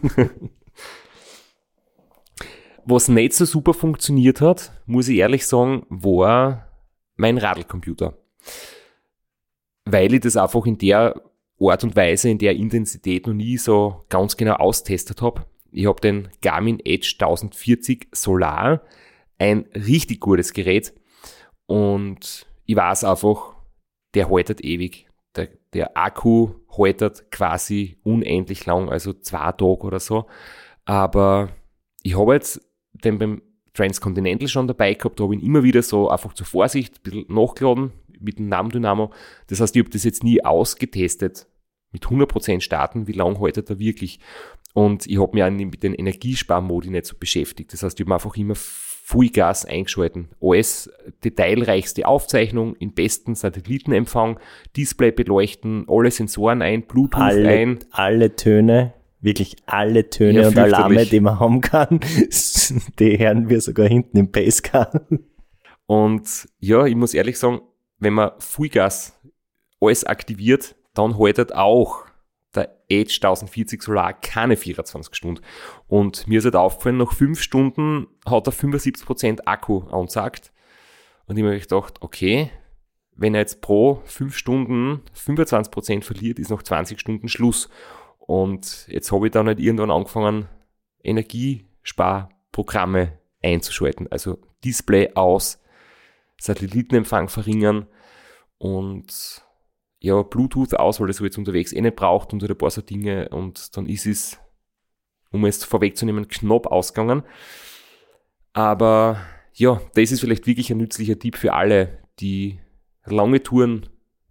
S2: Was nicht so super funktioniert hat, muss ich ehrlich sagen, war mein Radlcomputer. Weil ich das einfach in der Art und Weise, in der Intensität noch nie so ganz genau austestet habe. Ich habe den Garmin Edge 1040 Solar ein richtig gutes Gerät. Und ich weiß einfach, der haltet ewig. Der, der Akku haltet quasi unendlich lang, also zwei Tage oder so. Aber ich habe jetzt den beim Transcontinental schon dabei gehabt, da habe ich ihn immer wieder so einfach zur Vorsicht ein bisschen nachgeladen mit dem Namen Dynamo. Das heißt, ich habe das jetzt nie ausgetestet mit 100% starten, wie lang haltet er wirklich. Und ich habe mich auch nicht mit den Energiesparmodi nicht so beschäftigt. Das heißt, ich habe mir einfach immer Vollgas eingeschalten. Alles detailreichste Aufzeichnung, im besten Satellitenempfang, Display beleuchten, alle Sensoren ein, Bluetooth
S1: Alle,
S2: ein.
S1: alle Töne, wirklich alle Töne
S2: Ja,
S1: und Alarme,
S2: fürchterlich.
S1: die man haben kann, <laughs> die hören wir sogar hinten im Basecar.
S2: Und ja, ich muss ehrlich sagen, wenn man Vollgas alles aktiviert, dann haltet auch der Edge 1040 Solar keine 24 Stunden. Und mir ist halt aufgefallen, nach 5 Stunden hat er 75% Akku angesagt. Und ich habe mir gedacht, okay, wenn er jetzt pro 5 Stunden 25% verliert, ist nach 20 Stunden Schluss. Und jetzt habe ich dann halt irgendwann angefangen, Energiesparprogramme einzuschalten. Also Display aus, Satellitenempfang verringern und ja, Bluetooth aus, weil das habe ich jetzt unterwegs eh nicht braucht und halt ein paar so Dinge und dann ist es, um es vorwegzunehmen, knapp ausgegangen. Aber ja, das ist vielleicht wirklich ein nützlicher Tipp für alle, die lange Touren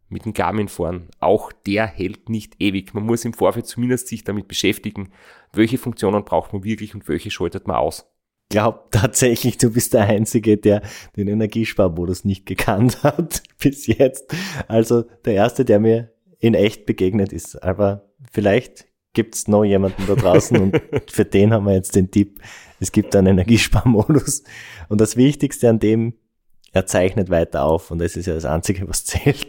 S2: mit dem Garmin fahren. Auch der hält nicht ewig. Man muss im Vorfeld zumindest sich damit beschäftigen, welche Funktionen braucht man wirklich und welche schaltet man aus.
S1: glaub tatsächlich, du bist der Einzige, der den Energiesparmodus nicht gekannt <laughs> hat bis jetzt. Also der Erste, der mir in echt begegnet ist. Aber vielleicht gibt's noch jemanden da draußen und für den haben wir jetzt den Tipp. Es gibt einen Energiesparmodus. Und das Wichtigste an dem, er zeichnet weiter auf und das ist ja das Einzige, was <laughs> zählt.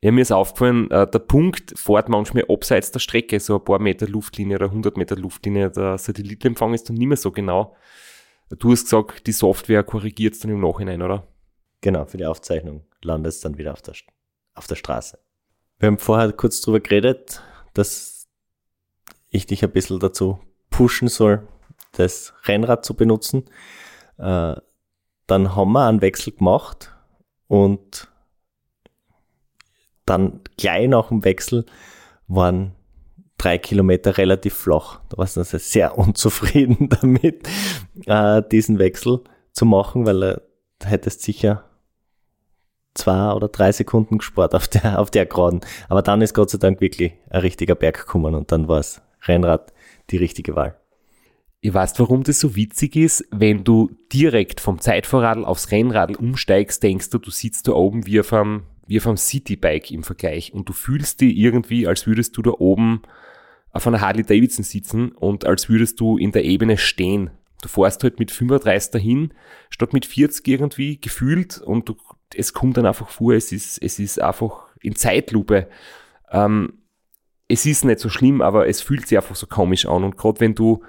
S2: Ja, mir ist aufgefallen, äh, der Punkt fährt manchmal abseits der Strecke, so ein paar Meter Luftlinie oder 100 Meter Luftlinie. Der Satellitenempfang ist dann nicht mehr so genau. Du hast gesagt, die Software korrigiert es dann im Nachhinein, oder?
S1: Genau, für die Aufzeichnung landest dann wieder auf der, St- auf der Straße. Wir haben vorher kurz drüber geredet, dass ich dich ein bisschen dazu pushen soll, das Rennrad zu benutzen. Äh, dann haben wir einen Wechsel gemacht und dann gleich nach dem Wechsel waren drei Kilometer relativ flach. Da warst du also sehr unzufrieden <laughs> damit, äh, diesen Wechsel zu machen, weil er du hättest sicher zwei oder drei Sekunden gespart auf der, auf der Geraden. Aber dann ist Gott sei Dank wirklich ein richtiger Berg gekommen und dann war es Rennrad die richtige Wahl.
S2: Ihr weißt, warum das so witzig ist, wenn du direkt vom Zeitfahrradl aufs Rennradl umsteigst, denkst du, du sitzt da oben wie auf einem, wie auf einem Citybike im Vergleich und du fühlst dich irgendwie, als würdest du da oben auf einer Harley Davidson sitzen und als würdest du in der Ebene stehen. Du fährst halt mit 35 dahin, statt mit 40 irgendwie gefühlt und du, es kommt dann einfach vor, es ist, es ist einfach in Zeitlupe. Ähm, es ist nicht so schlimm, aber es fühlt sich einfach so komisch an. Und gerade wenn du,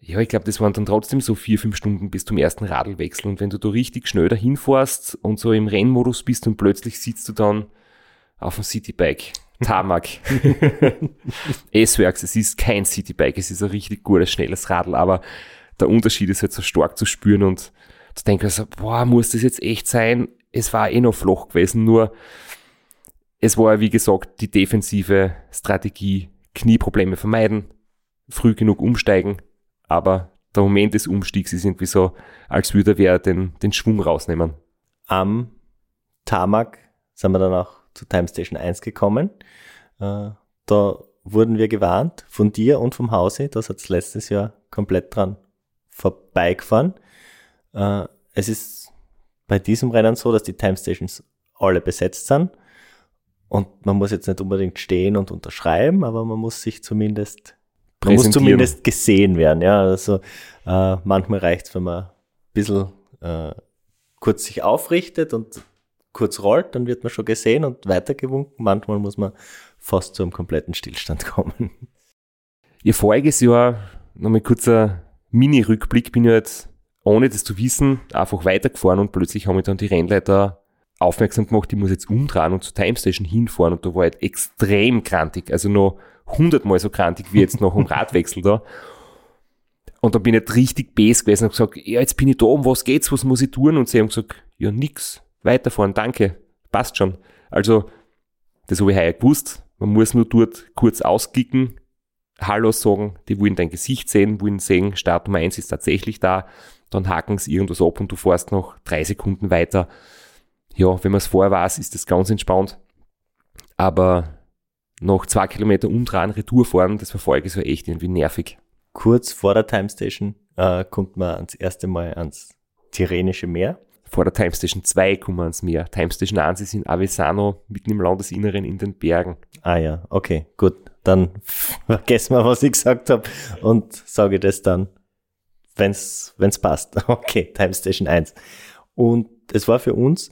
S2: ja, ich glaube, das waren dann trotzdem so vier, fünf Stunden bis zum ersten Radlwechsel. Und wenn du da richtig schnell dahin fährst und so im Rennmodus bist und plötzlich sitzt du dann auf dem Citybike. <laughs> Tamak. S-Works, es ist kein Citybike, es ist ein richtig gutes, schnelles Radl, aber der Unterschied ist halt so stark zu spüren und zu denken, also, boah, muss das jetzt echt sein? Es war eh noch flach gewesen, nur es war, wie gesagt, die defensive Strategie, Knieprobleme vermeiden, früh genug umsteigen, aber der Moment des Umstiegs ist irgendwie so, als würde wer den, den Schwung rausnehmen.
S1: Am Tamak sind wir dann auch zu Time Station 1 gekommen. Äh, Da wurden wir gewarnt von dir und vom Hause. Das hat letztes Jahr komplett dran vorbeigefahren. Äh, Es ist bei diesem Rennen so, dass die Time Stations alle besetzt sind. Und man muss jetzt nicht unbedingt stehen und unterschreiben, aber man muss sich zumindest, man muss
S2: Präsentieren.
S1: zumindest gesehen werden. Ja, also äh, manchmal reicht es, wenn man ein bisschen äh, kurz sich aufrichtet und kurz rollt, dann wird man schon gesehen und weitergewunken. Manchmal muss man fast zu einem kompletten Stillstand <laughs> kommen.
S2: Ihr voriges Jahr, nochmal kurzer Mini-Rückblick, bin ich halt, ohne das zu wissen, einfach weitergefahren und plötzlich haben mich dann die Rennleiter aufmerksam gemacht, ich muss jetzt umdrehen und zur Time Station hinfahren und da war halt extrem krantig, also noch hundertmal so krantig wie jetzt nach dem Radwechsel da. Und da bin ich halt richtig bes gewesen und gesagt, ja, jetzt bin ich da, um was geht's, was muss ich tun? Und sie haben gesagt, ja, nix, weiterfahren, danke, passt schon. Also, das habe ich heuer gewusst, man muss nur dort kurz auskicken, Hallo sagen, die wollen dein Gesicht sehen, wollen sehen, Start Nummer 1 ist tatsächlich da, dann haken sie irgendwas ab und du fährst noch drei Sekunden weiter. Ja, wenn man es vorher weiß, ist das ganz entspannt. Aber noch zwei Kilometer umdrehen, Retour fahren, das verfolge ich so echt irgendwie nervig.
S1: Kurz vor der Time Station äh, kommt man ans erste Mal ans Tyrrhenische Meer.
S2: Vor der Time Station 2 kommen wir ans Meer. Time Station 1 ist in Avezzano, mitten im Landesinneren in den Bergen.
S1: Ah ja, okay, gut. Dann <laughs> vergessen wir, was ich gesagt habe und sage das dann, wenn's wenn's passt. <laughs> Okay, Time Station 1. Und es war für uns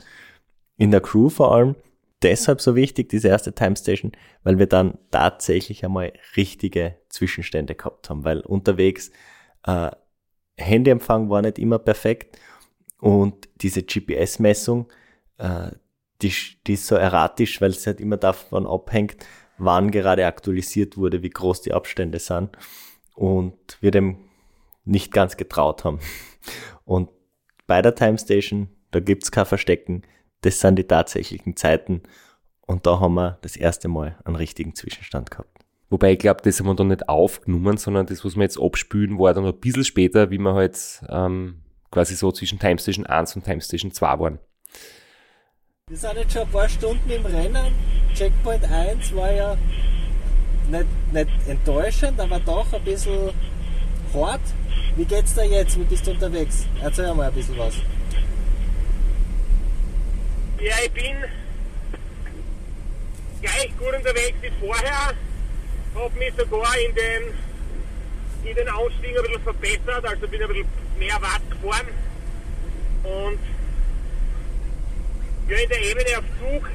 S1: in der Crew vor allem deshalb so wichtig, diese erste Time Station, weil wir dann tatsächlich einmal richtige Zwischenstände gehabt haben, weil unterwegs äh, Handyempfang war nicht immer perfekt und diese GPS-Messung, äh, die, sch- die ist so erratisch, weil es halt immer davon abhängt, wann gerade aktualisiert wurde, wie groß die Abstände sind und wir dem nicht ganz getraut haben. Und bei der Time Station, da gibt's kein Verstecken, das sind die tatsächlichen Zeiten und da haben wir das erste Mal einen richtigen Zwischenstand gehabt.
S2: Wobei ich glaube, das haben wir dann nicht aufgenommen, sondern das, was wir jetzt abspülen, war dann ein bisschen später, wie wir halt ähm, quasi so zwischen Time Station 1 und Time Station 2 waren.
S7: Wir sind jetzt schon ein paar Stunden im Rennen. Checkpoint 1 war ja nicht, nicht enttäuschend, aber doch ein bisschen hart. Wie geht's dir jetzt? Wie bist du unterwegs? Erzähl mal ein bisschen was.
S6: Ja, ich bin gleich gut unterwegs wie vorher. Habe mich sogar in den, in den Ausstiegen ein bisschen verbessert, also bin ein bisschen mehr Watt gefahren. Und ja, in der Ebene auf Zug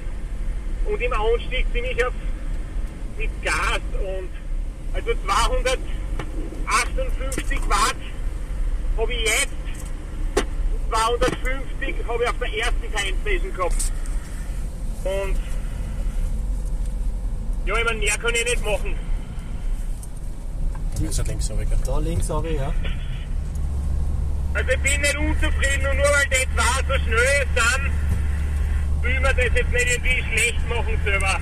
S6: und im Anstieg ziemlich auf mit Gas und also 258 Watt habe ich jetzt und 250 habe ich auf der ersten Timestation gehabt. Und ja, ich meine, mehr kann ich nicht machen.
S7: Da links habe ich, ja.
S6: Also ich bin nicht unzufrieden und nur weil das war so schnell ist, dann will man das jetzt nicht irgendwie schlecht machen selber,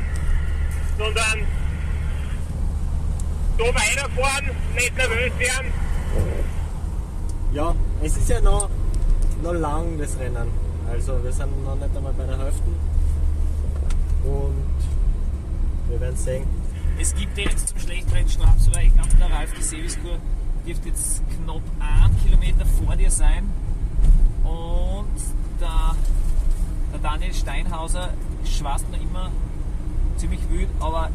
S6: sondern da weiterfahren, nicht nervös werden.
S7: Ja, es ist ja noch, noch lang, das Rennen. Also wir sind noch nicht einmal bei der Hälfte. Und wir werden sehen.
S8: Es gibt ja jetzt zum Schlechtrennen Schnaps oder Ecken am der Ralf die Seviskur dürfte jetzt knapp einen Kilometer vor dir sein. Und der, der Daniel Steinhauser schwast noch immer ziemlich wild, aber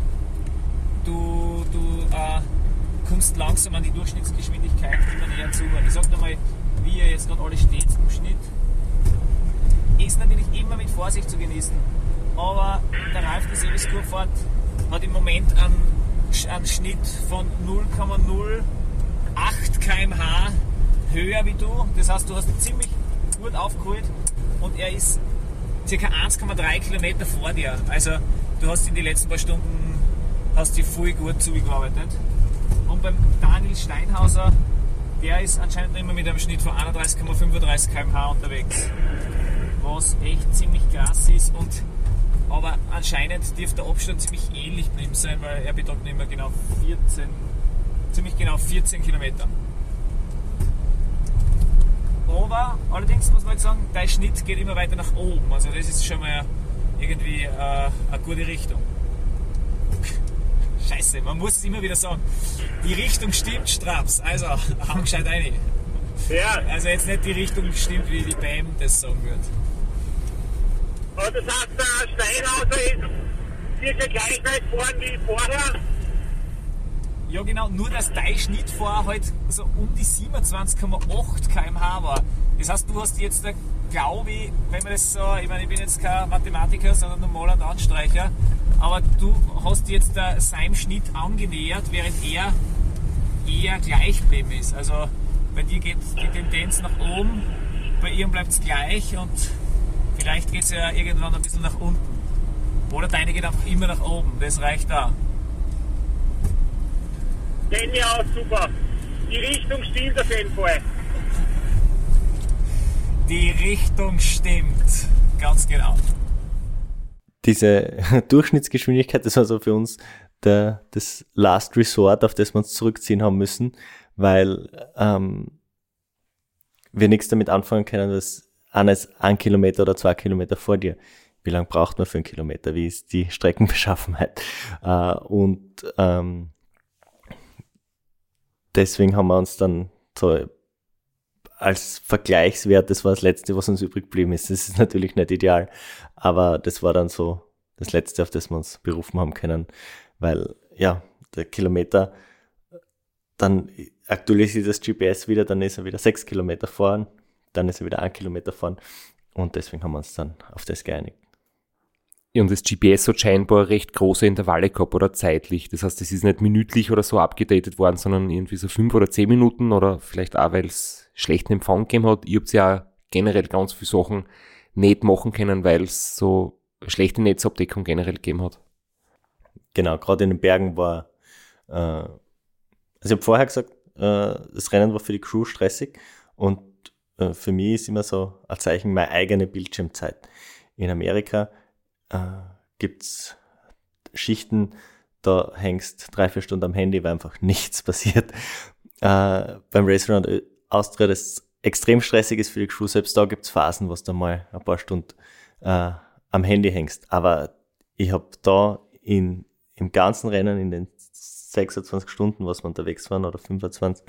S8: du, du äh, kommst langsam an die Durchschnittsgeschwindigkeit immer näher zu. Ich sag dir mal, wie ihr jetzt gerade alle steht im Schnitt, ist natürlich immer mit Vorsicht zu genießen. Aber der Ralf, die Servicekurve fährt, hat im Moment einen, Sch- einen Schnitt von 0,08 km/h höher wie du. Das heißt, du hast ihn ziemlich gut aufgeholt und er ist circa 1,3 Kilometer vor dir. Also du hast in den letzten paar Stunden hast dich voll gut zugearbeitet. Und beim Daniel Steinhauser, der ist anscheinend immer mit einem Schnitt von 31,35 km/h unterwegs. Was echt ziemlich krass ist und aber anscheinend dürfte der Abstand ziemlich ähnlich geblieben sein, weil er bedockt immer genau 14, ziemlich genau 14 Kilometer. Aber allerdings muss man jetzt sagen, dein Schnitt geht immer weiter nach oben. Also das ist schon mal irgendwie äh, eine gute Richtung. Scheiße, man muss es immer wieder sagen. Die Richtung stimmt, Straps. Also, <laughs> hau gescheit rein.
S6: Ja,
S8: Also jetzt nicht die Richtung stimmt, wie die BAM das sagen wird.
S6: also das heißt, der Steinhauser ist circa gleich weit vorn wie vorher.
S8: Ja genau, nur dass dein Schnitt vorher halt so um die 27,8 km/h war. Das heißt, du hast jetzt, glaube ich, wenn man das so, ich meine, ich bin jetzt kein Mathematiker, sondern nur Maler und Anstreicher, aber du hast jetzt äh, seinem Schnitt angenähert, während er eher gleich geblieben ist. Also bei dir geht die Tendenz nach oben, bei ihm bleibt es gleich und vielleicht geht es ja irgendwann ein bisschen nach unten. Oder deine geht einfach immer nach oben, das reicht da.
S6: Kenn ich auch super. Die Richtung stimmt auf jeden Fall.
S8: Die Richtung stimmt. Ganz genau.
S1: Diese <laughs> Durchschnittsgeschwindigkeit, das war so für uns der, das Last Resort, auf das wir uns zurückziehen haben müssen, weil ähm, wir nichts damit anfangen können, dass eines ein Kilometer oder zwei Kilometer vor dir. Wie lange braucht man für einen Kilometer? Wie ist die Streckenbeschaffenheit? <laughs> Äh, und ähm, deswegen haben wir uns dann so als Vergleichswert, das war das Letzte, was uns übrig geblieben ist. Das ist natürlich nicht ideal, aber das war dann so das Letzte, auf das wir uns berufen haben können, weil ja, der Kilometer, dann aktualisiert das GPS wieder, dann ist er wieder sechs Kilometer fahren, dann ist er wieder ein Kilometer fahren und deswegen haben wir uns dann auf das geeinigt.
S2: Ja, und das GPS hat scheinbar recht große Intervalle gehabt oder zeitlich. Das heißt, es ist nicht minütlich oder so abgedatet worden, sondern irgendwie so fünf oder zehn Minuten oder vielleicht auch, weil es schlechten Empfang gegeben hat. Ich hab's ja auch generell ganz viele Sachen nicht machen können, weil es so schlechte Netzabdeckung generell gegeben hat.
S1: Genau, gerade in den Bergen war, äh, also ich habe vorher gesagt, äh, das Rennen war für die Crew stressig und äh, für mich ist immer so ein Zeichen meine eigene Bildschirmzeit. In Amerika äh, gibt's Schichten, da hängst drei, vier Stunden am Handy, weil einfach <laughs> nichts passiert. Äh, beim Race Around Ö- Austria, das extrem stressig ist für die Crew, selbst da gibt's Phasen, wo du mal ein paar Stunden äh, am Handy hängst. Aber ich habe da in, im ganzen Rennen, in den 26 Stunden, was wir unterwegs waren, oder 25,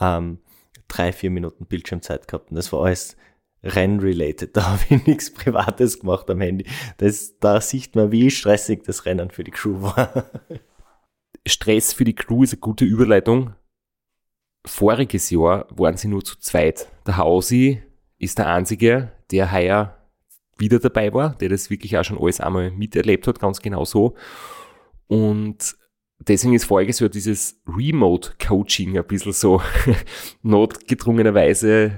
S1: ähm, drei, vier Minuten Bildschirmzeit gehabt. Und das war alles Renn-related. <laughs> Da habe ich nichts Privates gemacht am Handy. Das, da sieht man, wie stressig das Rennen für die Crew war. <laughs>
S2: Stress für die Crew ist eine gute Überleitung. Voriges Jahr waren sie nur zu zweit. Der Hausi ist der Einzige, der heuer wieder dabei war, der das wirklich auch schon alles einmal miterlebt hat, ganz genau so. Und deswegen ist voriges Jahr dieses Remote-Coaching ein bisschen so <laughs> notgedrungenerweise,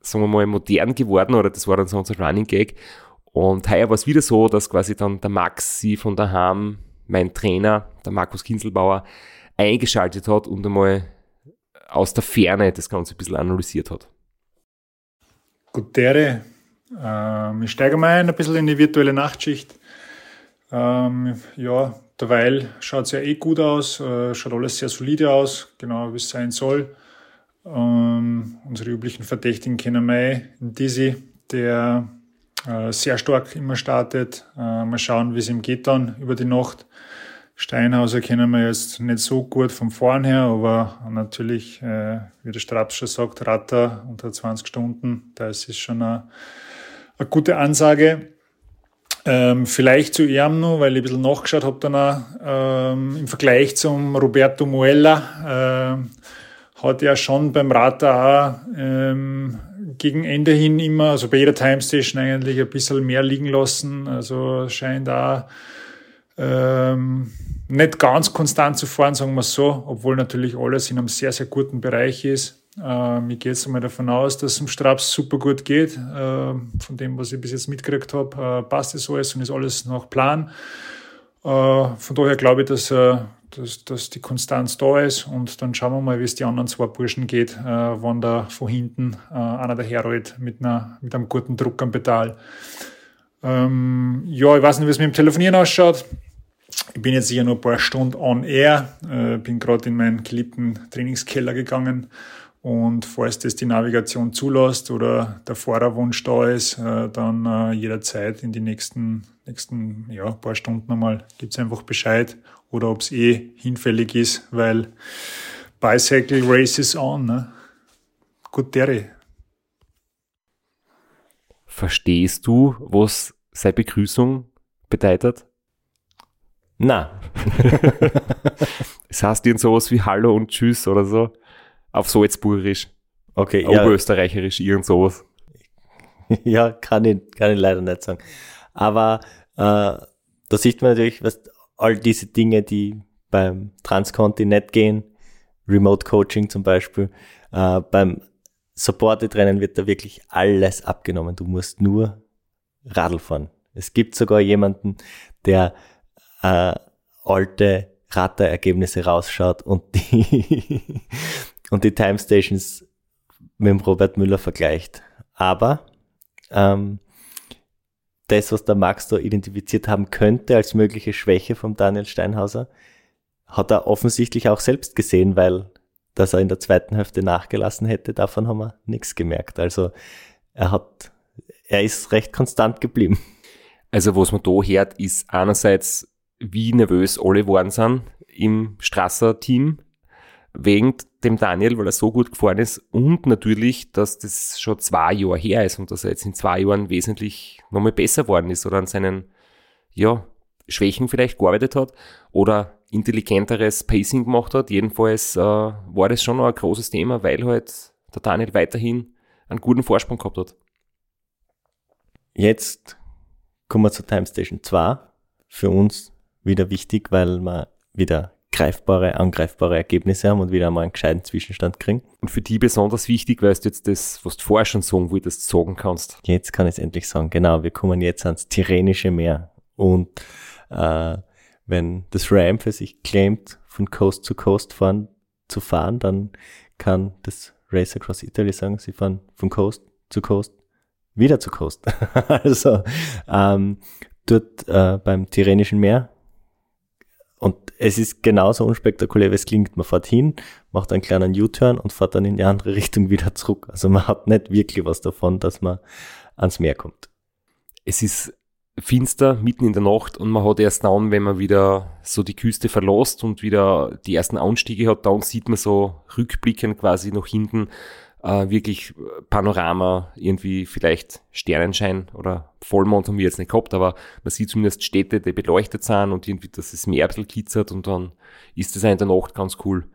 S2: sagen wir mal, modern geworden, oder das war dann so unser Running Gag. Und heuer war es wieder so, dass quasi dann der Maxi von daheim, mein Trainer, der Markus Kinselbauer, eingeschaltet hat und einmal aus der Ferne das Ganze ein bisschen analysiert hat.
S9: Gutere. Ähm, ich steige mal ein, ein bisschen in die virtuelle Nachtschicht. Ähm, ja, derweil schaut es ja eh gut aus, äh, schaut alles sehr solide aus, genau wie es sein soll. Ähm, unsere üblichen Verdächtigen kennen wir eh. Dizzy, der äh, sehr stark immer startet. Äh, mal schauen, wie es ihm geht dann über die Nacht. Steinhauser kennen wir jetzt nicht so gut von vorn her, aber natürlich, äh, wie der Straps schon sagt, Ratter unter 20 Stunden, das ist schon eine, eine gute Ansage.
S6: Ähm, vielleicht zu ihm noch, weil ich ein bisschen nachgeschaut habe danach. Ähm, Im Vergleich zum Roberto Muella ähm, hat er schon beim Rata auch ähm, gegen Ende hin immer, also bei jeder Time Station eigentlich ein bisschen mehr liegen lassen. Also scheint auch ähm, nicht ganz konstant zu fahren, sagen wir so, obwohl natürlich alles in einem sehr, sehr guten Bereich ist. Ähm, ich gehe jetzt einmal davon aus, dass es dem Straps super gut geht. Ähm, von dem, was ich bis jetzt mitgekriegt habe, äh, passt es alles und ist alles nach Plan. Äh, von daher glaube ich, dass, äh, dass, dass die Konstanz da ist und dann schauen wir mal, wie es die anderen zwei Burschen geht, äh, wann da von hinten äh, einer daherrollt mit, einer, mit einem guten Druck am Pedal. Ähm, ja, ich weiß nicht, wie es mit dem Telefonieren ausschaut. Ich bin jetzt hier nur ein paar Stunden on air, äh, bin gerade in meinen geliebten Trainingskeller gegangen und falls das die Navigation zulässt oder der Fahrerwunsch da ist, äh, dann äh, jederzeit in die nächsten, nächsten ja, paar Stunden nochmal gibt's einfach Bescheid oder ob's eh hinfällig ist, weil Bicycle Race is on. Ne? Gut, Derry.
S2: Verstehst du, was seine Begrüßung bedeutet?
S1: Na,
S2: Es heißt irgend sowas wie Hallo und Tschüss oder so. Auf Salzburgerisch,
S1: okay, ja,
S2: Oberösterreicherisch, irgend sowas.
S1: <laughs> ja kann, ich, kann ich leider nicht sagen. Aber äh, da sieht man natürlich, was all diese Dinge, die beim Transkontinent gehen, Remote Coaching zum Beispiel, äh, beim Supported Rennen wird da wirklich alles abgenommen. Du musst nur Radl fahren. Es gibt sogar jemanden, der äh, alte Ratter-Ergebnisse rausschaut und die, <laughs> und die Time Stations mit dem Robert Müller vergleicht. Aber ähm, das, was der Max da identifiziert haben könnte als mögliche Schwäche vom Daniel Steinhauser, hat er offensichtlich auch selbst gesehen, weil dass er in der zweiten Hälfte nachgelassen hätte, davon haben wir nichts gemerkt. Also er hat, er ist recht konstant geblieben.
S2: Also was man da hört, ist einerseits, wie nervös alle geworden sind im Strasser-Team wegen dem Daniel, weil er so gut gefahren ist und natürlich, dass das schon zwei Jahre her ist und dass er jetzt in zwei Jahren wesentlich nochmal besser geworden ist oder an seinen ja, Schwächen vielleicht gearbeitet hat oder intelligenteres Pacing gemacht hat. Jedenfalls äh, war das schon noch ein großes Thema, weil halt der Daniel weiterhin einen guten Vorsprung gehabt hat.
S1: Jetzt kommen wir zur Time Station 2. Für uns wieder wichtig, weil wir wieder greifbare, angreifbare Ergebnisse haben und wieder mal einen gescheiten Zwischenstand kriegen.
S2: Und für die besonders wichtig, weil du jetzt das, was du vorher schon sagen wolltest, sagen kannst.
S1: Jetzt kann ich es endlich sagen. Genau, wir kommen jetzt ans Tyrrhenische Meer. Und äh, wenn das Ram für sich claimt, von Coast zu Coast fahren, zu fahren, dann kann das Race Across Italy sagen, sie fahren von Coast zu Coast wieder zu Coast. <laughs> also ähm, dort äh, beim Tyrrhenischen Meer. Und es ist genauso unspektakulär, wie es klingt. Man fährt hin, macht einen kleinen U-Turn und fährt dann in die andere <laughs> Richtung wieder zurück. Also man hat nicht wirklich was davon, dass man ans Meer kommt.
S2: es ist finster, mitten in der Nacht und man hat erst dann, wenn man wieder so die Küste verlässt und wieder die ersten Anstiege hat, dann sieht man so rückblickend quasi nach hinten äh, wirklich Panorama, irgendwie vielleicht Sternenschein oder Vollmond haben wir jetzt nicht gehabt, aber man sieht zumindest Städte, die beleuchtet sind und irgendwie, dass das Meer ein bisschen kitzert und dann ist das auch in der Nacht ganz cool.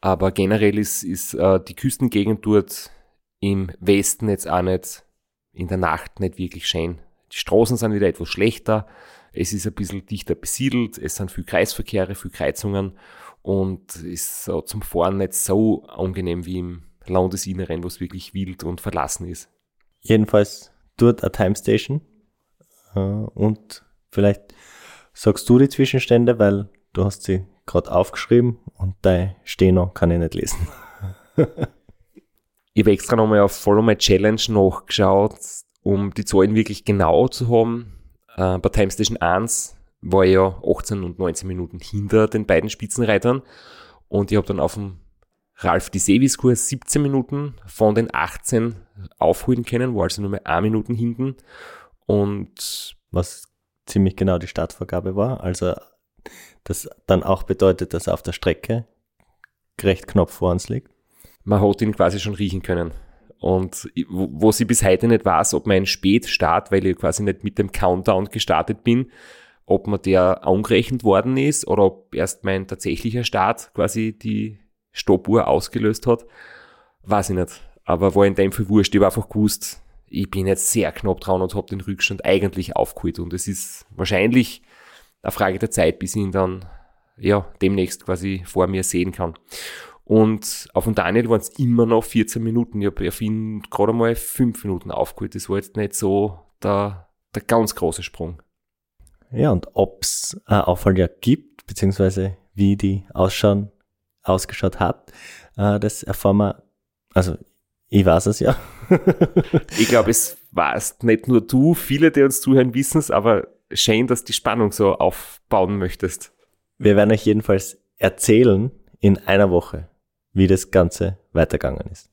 S2: Aber generell ist, ist äh, die Küstengegend dort im Westen jetzt auch nicht in der Nacht nicht wirklich schön. Die Straßen sind wieder etwas schlechter, es ist ein bisschen dichter besiedelt, es sind viel Kreisverkehre, viel Kreuzungen und ist so zum Fahren nicht so angenehm wie im Landesinneren, wo es wirklich wild und verlassen ist.
S1: Jedenfalls dort eine Time Station. Äh, und vielleicht sagst du die Zwischenstände, weil du hast sie gerade aufgeschrieben und dein Steno kann ich nicht lesen. <laughs>
S2: Ich habe extra nochmal auf Follow My Challenge nachgeschaut, um die Zahlen wirklich genau zu haben. Äh, bei Time Station 1 war ich ja 18 und 19 Minuten hinter den beiden Spitzenreitern und ich habe dann auf dem Ralf die Sevis-Kurs 17 Minuten von den 18 aufholen können, war also nur mehr 1 Minuten hinten und
S1: Was ziemlich genau die Startvorgabe war. Also das dann auch bedeutet, dass er auf der Strecke recht knapp vor uns liegt.
S2: man hat ihn quasi schon riechen können. Und wo, wo sie bis heute nicht weiß, ob mein Spätstart, weil ich quasi nicht mit dem Countdown gestartet bin, ob mir der angerechnet worden ist oder ob erst mein tatsächlicher Start quasi die Stoppuhr ausgelöst hat, weiß ich nicht. Aber war in dem Fall wurscht. Ich habe einfach gewusst, ich bin jetzt sehr knapp dran und habe den Rückstand eigentlich aufgeholt. Und es ist wahrscheinlich eine Frage der Zeit, bis ich ihn dann ja, demnächst quasi vor mir sehen kann. Und auf dem Daniel waren es immer noch 14 Minuten. Ich habe auf ihn gerade mal 5 Minuten aufgeholt. Das war jetzt nicht so der, der ganz große Sprung.
S1: Ja, und ob es äh, Auffalljagd gibt, beziehungsweise wie die ausschauen, ausgeschaut hat, äh, das erfahren wir, also ich weiß es ja. <laughs>
S2: ich glaube, es warst nicht nur du, viele, die uns zuhören, wissen es, aber schön, dass die Spannung so aufbauen möchtest.
S1: Wir werden euch jedenfalls erzählen in einer Woche, wie das Ganze weitergegangen ist.